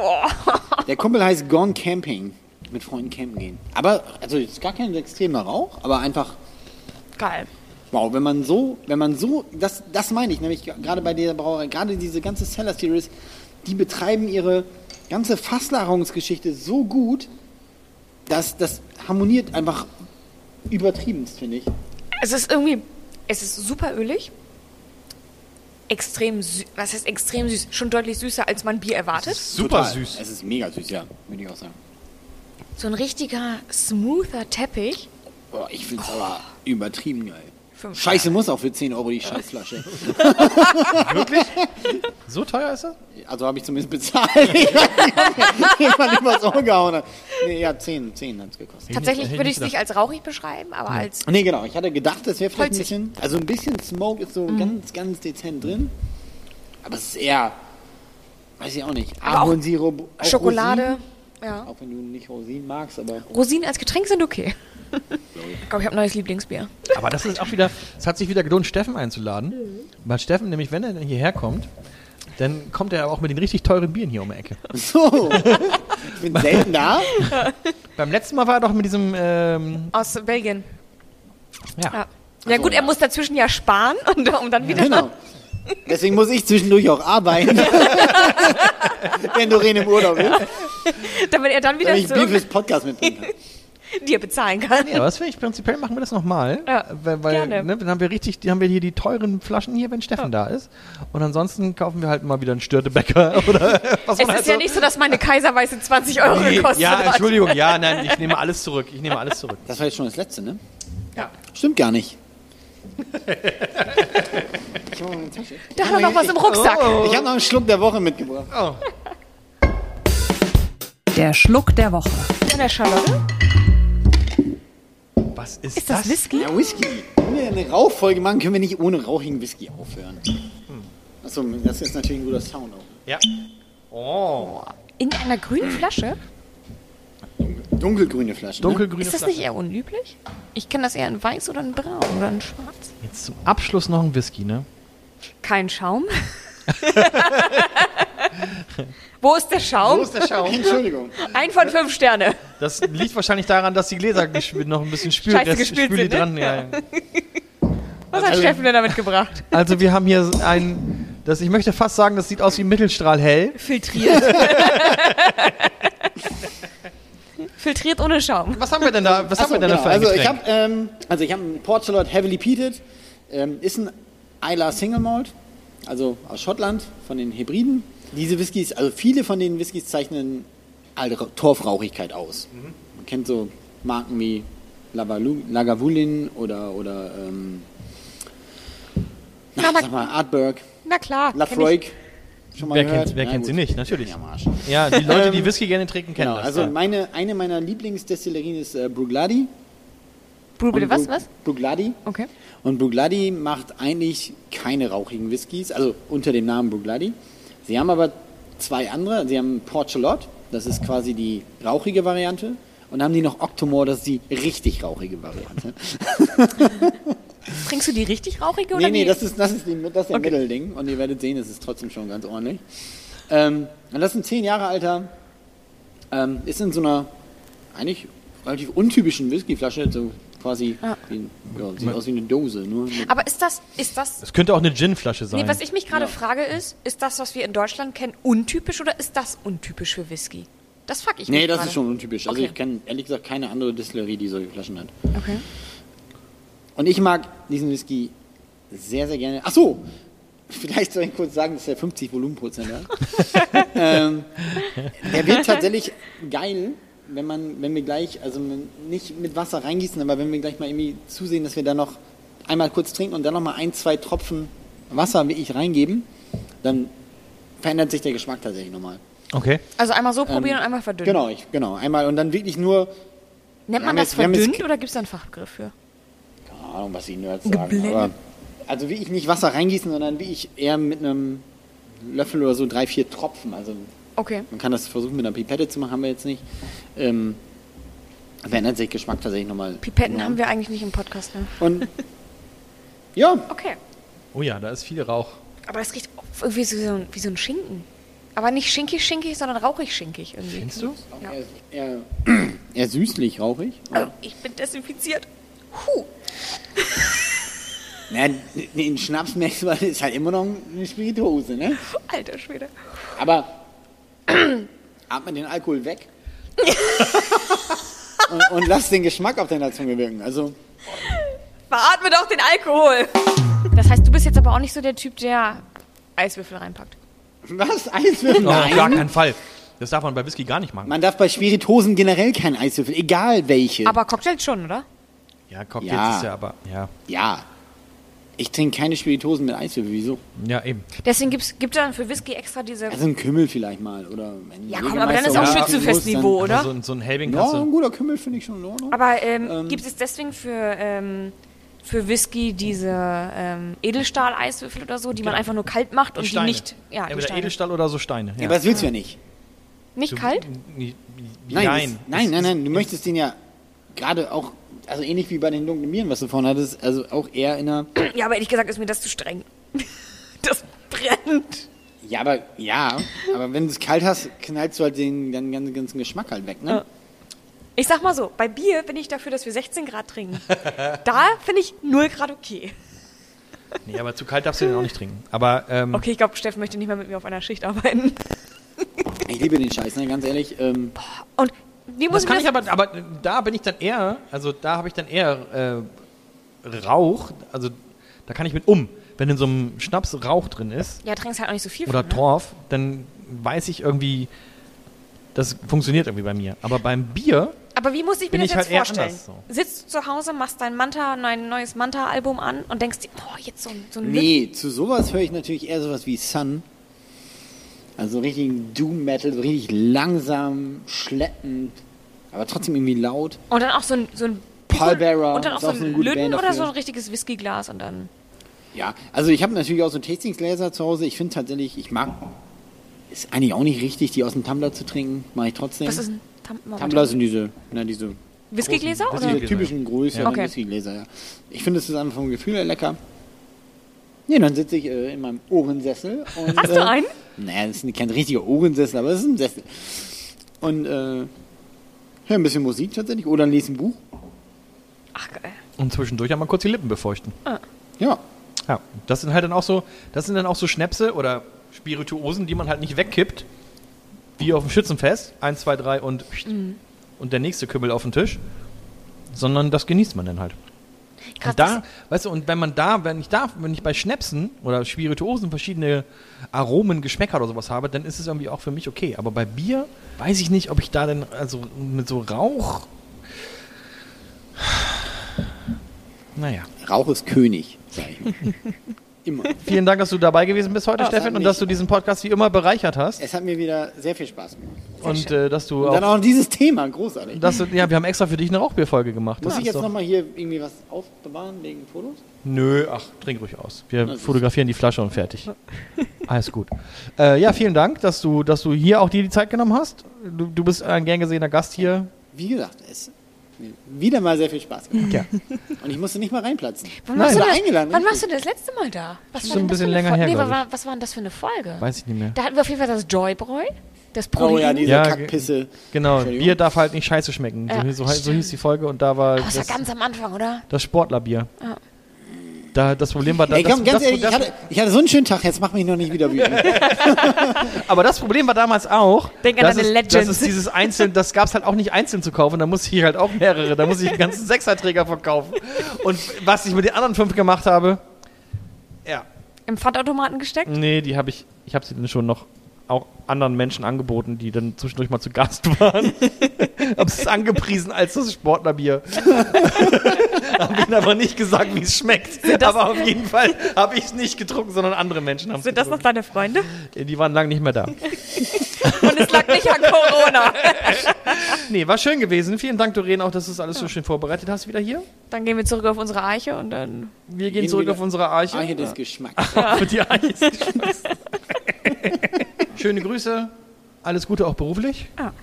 Der Kumpel heißt Gone Camping. Mit Freunden campen gehen. Aber, also, jetzt gar kein extremer Rauch, aber einfach Geil. Wow, wenn man so, wenn man so, das, das meine ich nämlich gerade bei dieser Brauerei, gerade diese ganze Cellar Series, die betreiben ihre ganze Fasslagerungsgeschichte so gut, dass das harmoniert einfach übertriebenst, finde ich. Es ist irgendwie, es ist super ölig. Extrem süß, was heißt extrem süß? Schon deutlich süßer, als man Bier erwartet. Super Total. süß. Es ist mega süß, ja, würde ich auch sagen. So ein richtiger, smoother Teppich. Boah, ich finde es aber übertrieben geil. Fünf. Scheiße muss auch für 10 Euro die Scheißflasche. So teuer ist er? Also habe ich zumindest bezahlt. ich weiß nicht, was umgehauen hat. Nee, ja, 10, 10 hat es gekostet. Tatsächlich hätte ich würde nicht ich es nicht als rauchig beschreiben, aber als Nee, genau. Ich hatte gedacht, das wäre vielleicht ein Holzig. bisschen. Also ein bisschen Smoke ist so Mhm. ganz, ganz dezent drin. Aber es ist eher. Weiß ich auch nicht. Aber auch Ahornsirup. auch Schokolade. Rosinen, Ja. auch wenn du nicht Rosinen magst, aber. Rosinen als Getränk sind okay. Ich glaube, ich habe ein neues Lieblingsbier. Aber das ist auch wieder, es hat sich wieder gelohnt, Steffen einzuladen. Mhm. Weil Steffen nämlich, wenn er denn hierher kommt, dann kommt er aber auch mit den richtig teuren Bieren hier um die Ecke. So! ich bin selten da. Beim letzten Mal war er doch mit diesem, ähm, Aus Belgien. ja. Ja, ja so, gut, ja. er muss dazwischen ja sparen, und, um dann wieder. Also, Genau. Deswegen muss ich zwischendurch auch arbeiten. wenn Doreen im Urlaub ist. Damit er dann wieder Damit ich Bier zu fürs Podcast mitbringen kann. dir bezahlen kann. Ja, aber das finde ich prinzipiell machen wir das nochmal. Ja, weil, weil gerne. Ah. ne, dann haben wir richtig, die haben wir hier die teuren Flaschen hier, wenn Steffen da ist. Und ansonsten kaufen wir halt mal wieder einen Störtebäcker oder was Es ist also ja nicht so, dass meine Kaiserweiße 20 Euro gekostet Ja, hat. Entschuldigung, ja, nein, ich nehme alles zurück. Ich nehme alles zurück. Das war jetzt schon das letzte, ne? Ja. Stimmt gar nicht. Da hat er noch was im Rucksack. Oh. Ich habe noch einen Schluck der Woche mitgebracht. Der Schluck der Woche. Von der Charlotte. Was ist, Ist das, Whisky? Ja, Whisky. Wenn wir eine Rauchfolge machen, können wir nicht ohne rauchigen Whisky aufhören. Hm. Achso, das ist natürlich ein guter Sound auch. Ja. Oh. In einer grünen Flasche? Dunkelgrüne Flasche. Ne? Dunkelgrüne Ist das nicht eher unüblich? Ich kenne das eher in weiß oder in braun oder in schwarz. Jetzt zum Abschluss noch ein Whisky, ne? Kein Schaum. Wo ist der Schaum? Entschuldigung. Ein von fünf Sterne. Das liegt wahrscheinlich daran, dass die Gläser geschw- noch ein bisschen spül Scheiße Rest- gespült Spüli sind, ne? dran. Ja. ja. Was hat Steffen denn damit gebracht? Also wir haben hier ein, das, ich möchte fast sagen, das sieht aus wie Mittelstrahl hell. Filtriert. Filtriert ohne Schaum. Was haben wir denn da? Was Achso, haben wir denn genau. da für ein also, ich habe Getränk? ähm, also ich hab einen Port Charlotte Heavily Peated. Ähm, ist ein Isla Single Malt, also aus Schottland, von den Hebriden. Diese Whiskys, also viele von den Whiskys zeichnen alte Ra- Torfrauchigkeit aus. Mhm. Man kennt so Marken wie Lavalu- Lagavulin oder, oder ähm, Na, sag na, mal, Artberg. na klar. kenn ich. Lafroig. Schon mal Wer gehört? kennt- wer Na kennt sie gut. nicht? Natürlich. Ja, am Arsch. ja, die Leute, die Whisky gerne trinken, kennen Genau, das. also ja. meine, eine meiner Lieblingsdestillerien ist äh, Brugladi. Brew, bitte, Und was, Brug- was? Brugladi. Okay. Und Brugladi macht eigentlich keine rauchigen Whiskys, also unter dem Namen Brugladi. Sie haben aber zwei andere. Sie haben Port Charlotte, das ist quasi die rauchige Variante. Und dann haben die noch Octomore, das ist die richtig rauchige Variante. Trinkst du die richtig rauchige oder Nee, nee, die- das ist, das ist, die, das ist der Mittelding. Und ihr werdet sehen, es ist trotzdem schon ganz ordentlich. Ähm, und das ist ein zehn Jahre alter, ähm, ist in so einer eigentlich relativ untypischen Whiskyflasche, so quasi, wie, ein- ja, sieht aus wie eine Dose. Nur mit, Aber ist das, ist das, Es könnte auch eine Ginflasche sein. nee, was ich mich gerade Ja. frage ist, ist das, was wir in Deutschland kennen, untypisch oder ist das untypisch für Whisky? Das fuck ich Nee, mich das gerade. ist schon untypisch. Also Okay. ich kenne ehrlich gesagt keine andere Distillerie, die solche Flaschen hat. Okay. Und ich mag diesen Whisky sehr, sehr gerne. Ach so, vielleicht soll ich kurz sagen, dass er 50 Volumenprozent hat. ähm, der wird tatsächlich geil, wenn man, wenn wir gleich, also man- nicht mit Wasser reingießen, aber wenn wir gleich mal irgendwie zusehen, dass wir da noch einmal kurz trinken und dann noch mal ein, zwei Tropfen Wasser wirklich reingeben, dann verändert sich der Geschmack tatsächlich nochmal. Okay. Also einmal so probieren und einmal verdünnen. Ähm, Genau, ich, genau. Einmal und dann wirklich nur, Nennt Wir haben man das jetzt- wir haben jetzt verdünnt ke- oder gibt es da einen Fachbegriff für? keine Ahnung, was die Nerds sagen, aber also wirklich nicht Wasser reingießen, sondern wirklich eher mit einem Löffel oder so drei, vier Tropfen. Also Okay. man kann das versuchen mit einer Pipette zu machen, haben wir jetzt nicht. Ähm, verändert sich Geschmack tatsächlich nochmal. Pipetten haben wir eigentlich nicht im Podcast, ne? Und ja, Okay. Oh ja, da ist viel Rauch. Aber das riecht irgendwie so, wie so ein- wie so ein Schinken. Aber nicht schinkig-schinkig, sondern rauchig-schinkig irgendwie. Findest du? Ja. eher, eher, eher süßlich, rauchig. Also, ich bin desinfiziert. Huh. Na, den Schnaps merkst du, weil es ist halt immer noch eine Spirituose, ne? Alter Schwede. Aber atme den Alkohol weg und, und lass den Geschmack auf deiner Zunge wirken. Also Veratme doch den Alkohol. Das heißt, du bist jetzt aber auch nicht so der Typ, der Eiswürfel reinpackt. Was? Eiswürfel? Oh, auf gar Nein. keinen Fall. Das darf man bei Whisky gar nicht machen. Man darf bei Spiritosen generell keinen Eiswürfel, egal welche. Aber Cocktails schon, oder? Ja, Cocktails Ja. ist ja aber. Ja, ja. Ich trinke keine Spiritosen mit Eiswürfel, wieso? ja eben. Deswegen gibt's, gibt es dann für Whisky extra diese. Also ein Kümmel vielleicht mal oder wenn ja, ein komm, aber dann ist auch Jägermeister Schützenfestniveau, muss, Oder? oder? So, ein- so ein Helbing dann- kannst Ja, ein du. guter Kümmel finde ich schon in Ordnung. Aber ähm, gibt es deswegen für, ähm, für Whisky diese ähm, Edelstahl-Eiswürfel oder so, die man einfach nur kalt macht und die, Steine. nicht. Ja, die Entweder Steine. Edelstahl oder so Steine. Ja, aber das willst du ja nicht. Nicht kalt? Nein. Nein, Nein, das, nein, nein, nein. Du möchtest den ja gerade auch, also ähnlich wie bei den dunklen Bieren, was du vorhin hattest, also auch eher in einer. Ja, aber ehrlich gesagt ist mir das zu streng. Das brennt. Ja, aber ja, aber wenn du es kalt hast, knallst du halt den, den ganzen ganzen Geschmack halt weg, ne? Ich sag mal so, bei Bier bin ich dafür, dass wir 16 Grad trinken. Da finde ich 0 Grad okay. Nee, aber zu kalt darfst du den auch nicht trinken. Aber ähm, Okay, ich glaube, Steffen möchte nicht mehr mit mir auf einer Schicht arbeiten. Ich liebe den Scheiß, ne? Ganz ehrlich. Ähm, Und wie das muss ich kann mir ich aber, aber äh, da bin ich dann eher, also da habe ich dann eher äh, Rauch, also da kann ich mit um. Wenn in so einem Schnaps Rauch drin ist Ja, trinkst halt auch nicht so viel oder von, ne? Torf, dann weiß ich irgendwie, das funktioniert irgendwie bei mir. Aber beim Bier, Aber wie muss ich Bin mir ich halt das jetzt eher vorstellen? anders so. Sitzt du zu Hause, machst dein Manta, dein neues Manta-Album an und denkst dir, oh, jetzt so, ein- so ein Nee, zu sowas höre ich natürlich eher sowas wie Sun. Also richtigen Doom Metal, so richtig langsam, schleppend, aber trotzdem irgendwie laut. Und dann auch so ein, so ein Palbera und dann auch ist so auch so eine ein gute Lüden Band oder so dafür. ein richtiges Whiskyglas und dann. Ja, also ich habe natürlich auch so Tastingsgläser zu Hause. Ich finde tatsächlich, ich mag, ist eigentlich auch nicht richtig, die aus dem Tumbler zu trinken. Mache ich trotzdem. Was ist ein Tam Moment. Tumbler sind diese, na, diese, Whiskygläser großen oder? diese Whiskygläser, typischen Größe Genau. Okay. Whiskygläser, ja. Ich finde, es ist einfach vom Gefühl her lecker. Nee, dann sitze ich äh, in meinem Ohrensessel. Und, Hast äh, du einen? Naja, das ist kein richtiger Ohrensessel, aber es ist ein Sessel. Und äh, höre ein bisschen Musik tatsächlich oder lese ein Buch. Ach geil. und zwischendurch einmal kurz die Lippen befeuchten. Ja. Ja, das sind halt dann auch so, das sind dann auch so Schnäpse oder Spirituosen, die man halt nicht wegkippt. Wie auf dem Schützenfest. Eins, zwei, drei und, und der nächste Kümmel auf den Tisch. Sondern das genießt man dann halt. Krass, und da, weißt du, und wenn man da, wenn ich da, wenn ich bei Schnäpsen oder Spirituosen verschiedene Aromen, Geschmäcker oder sowas habe, dann ist es irgendwie auch für mich okay. Aber bei Bier weiß ich nicht, ob ich da denn, also mit so Rauch. Naja. Rauch ist König, sag ich mal. Immer. Vielen Dank, dass du dabei gewesen bist heute, Ja, es hat Steffen, und mich- dass du diesen Podcast wie immer bereichert hast. Es hat mir wieder sehr viel Spaß gemacht. Und äh, dass du Und dann auch. auch dieses Thema, großartig. Dass du, ja, wir haben extra für dich eine Rauchbierfolge gemacht. Das Muss ich ist jetzt doch- nochmal hier irgendwie was aufbewahren wegen Fotos? Nö, ach, trink ruhig aus. Wir ist- fotografieren die Flasche und fertig. Alles gut. Äh, ja, vielen Dank, dass du, dass du hier auch dir die Zeit genommen hast. Du, du bist ein gern gesehener Gast hier. Wie gesagt, es hat mir wieder mal sehr viel Spaß gemacht. Ja. Und ich musste nicht mal reinplatzen. Wann warst, Ich du wurde das, eingeladen. wann warst du das letzte Mal da? Schon ein Was war denn das für bisschen eine länger Fol- her, Nee, glaub wa- was war denn das für eine Folge? Weiß ich nicht mehr. Da hatten wir auf jeden Fall das Joybräu, das Prolin. Oh ja, diese Ja, Kackpisse. Genau, Entschuldigung. Bier darf halt nicht scheiße schmecken. Ja, so, so, so hieß die Folge und da war das war das, ganz am Anfang, oder? das Sportlerbier. Da, das Problem war, da, Ey, das, komm, ganz das, ehrlich, ich, das, hatte, ich hatte so einen schönen Tag, jetzt mach mich noch nicht wieder wütend. aber das Problem war damals auch, Denk an dass, deine es, Legends. dass es dieses einzeln, das gab es halt auch nicht einzeln zu kaufen, da musste ich halt auch mehrere, da musste ich einen ganzen Sechserträger verkaufen. Und was ich mit den anderen fünf gemacht habe, ja, Im Pfandautomaten gesteckt? nee, die habe ich, ich habe sie dann schon noch auch anderen Menschen angeboten, die dann zwischendurch mal zu Gast waren. Hab's angepriesen als das Sportlerbier. hab ihnen aber nicht gesagt, wie es schmeckt. Aber auf jeden Fall habe ich nicht getrunken, sondern andere Menschen haben es Sind das noch deine Freunde? Die waren lange nicht mehr da. Und es lag nicht an Corona. Nee, war schön gewesen. Vielen Dank, Doreen, auch, dass du es alles so schön vorbereitet hast wieder hier. Dann gehen wir zurück auf unsere Eiche und dann. Wir gehen Gehen zurück wieder- auf unsere Arche. Arche des Geschmacks. Für die Arche ist geschmissen. Schöne Grüße. Alles Gute auch beruflich. Ja.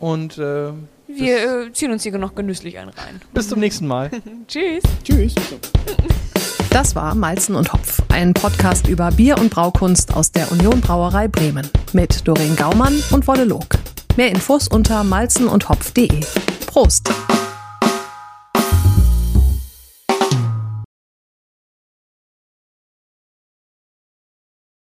Und äh, Wir äh, ziehen uns hier noch genüsslich einen rein. bis zum nächsten Mal. Tschüss. Tschüss. Das war Malzen und Hopf, ein Podcast über Bier und Braukunst aus der Union Brauerei Bremen mit Doreen Gaumann und Wolle Log. Mehr Infos unter malzenundhopf.de. Prost!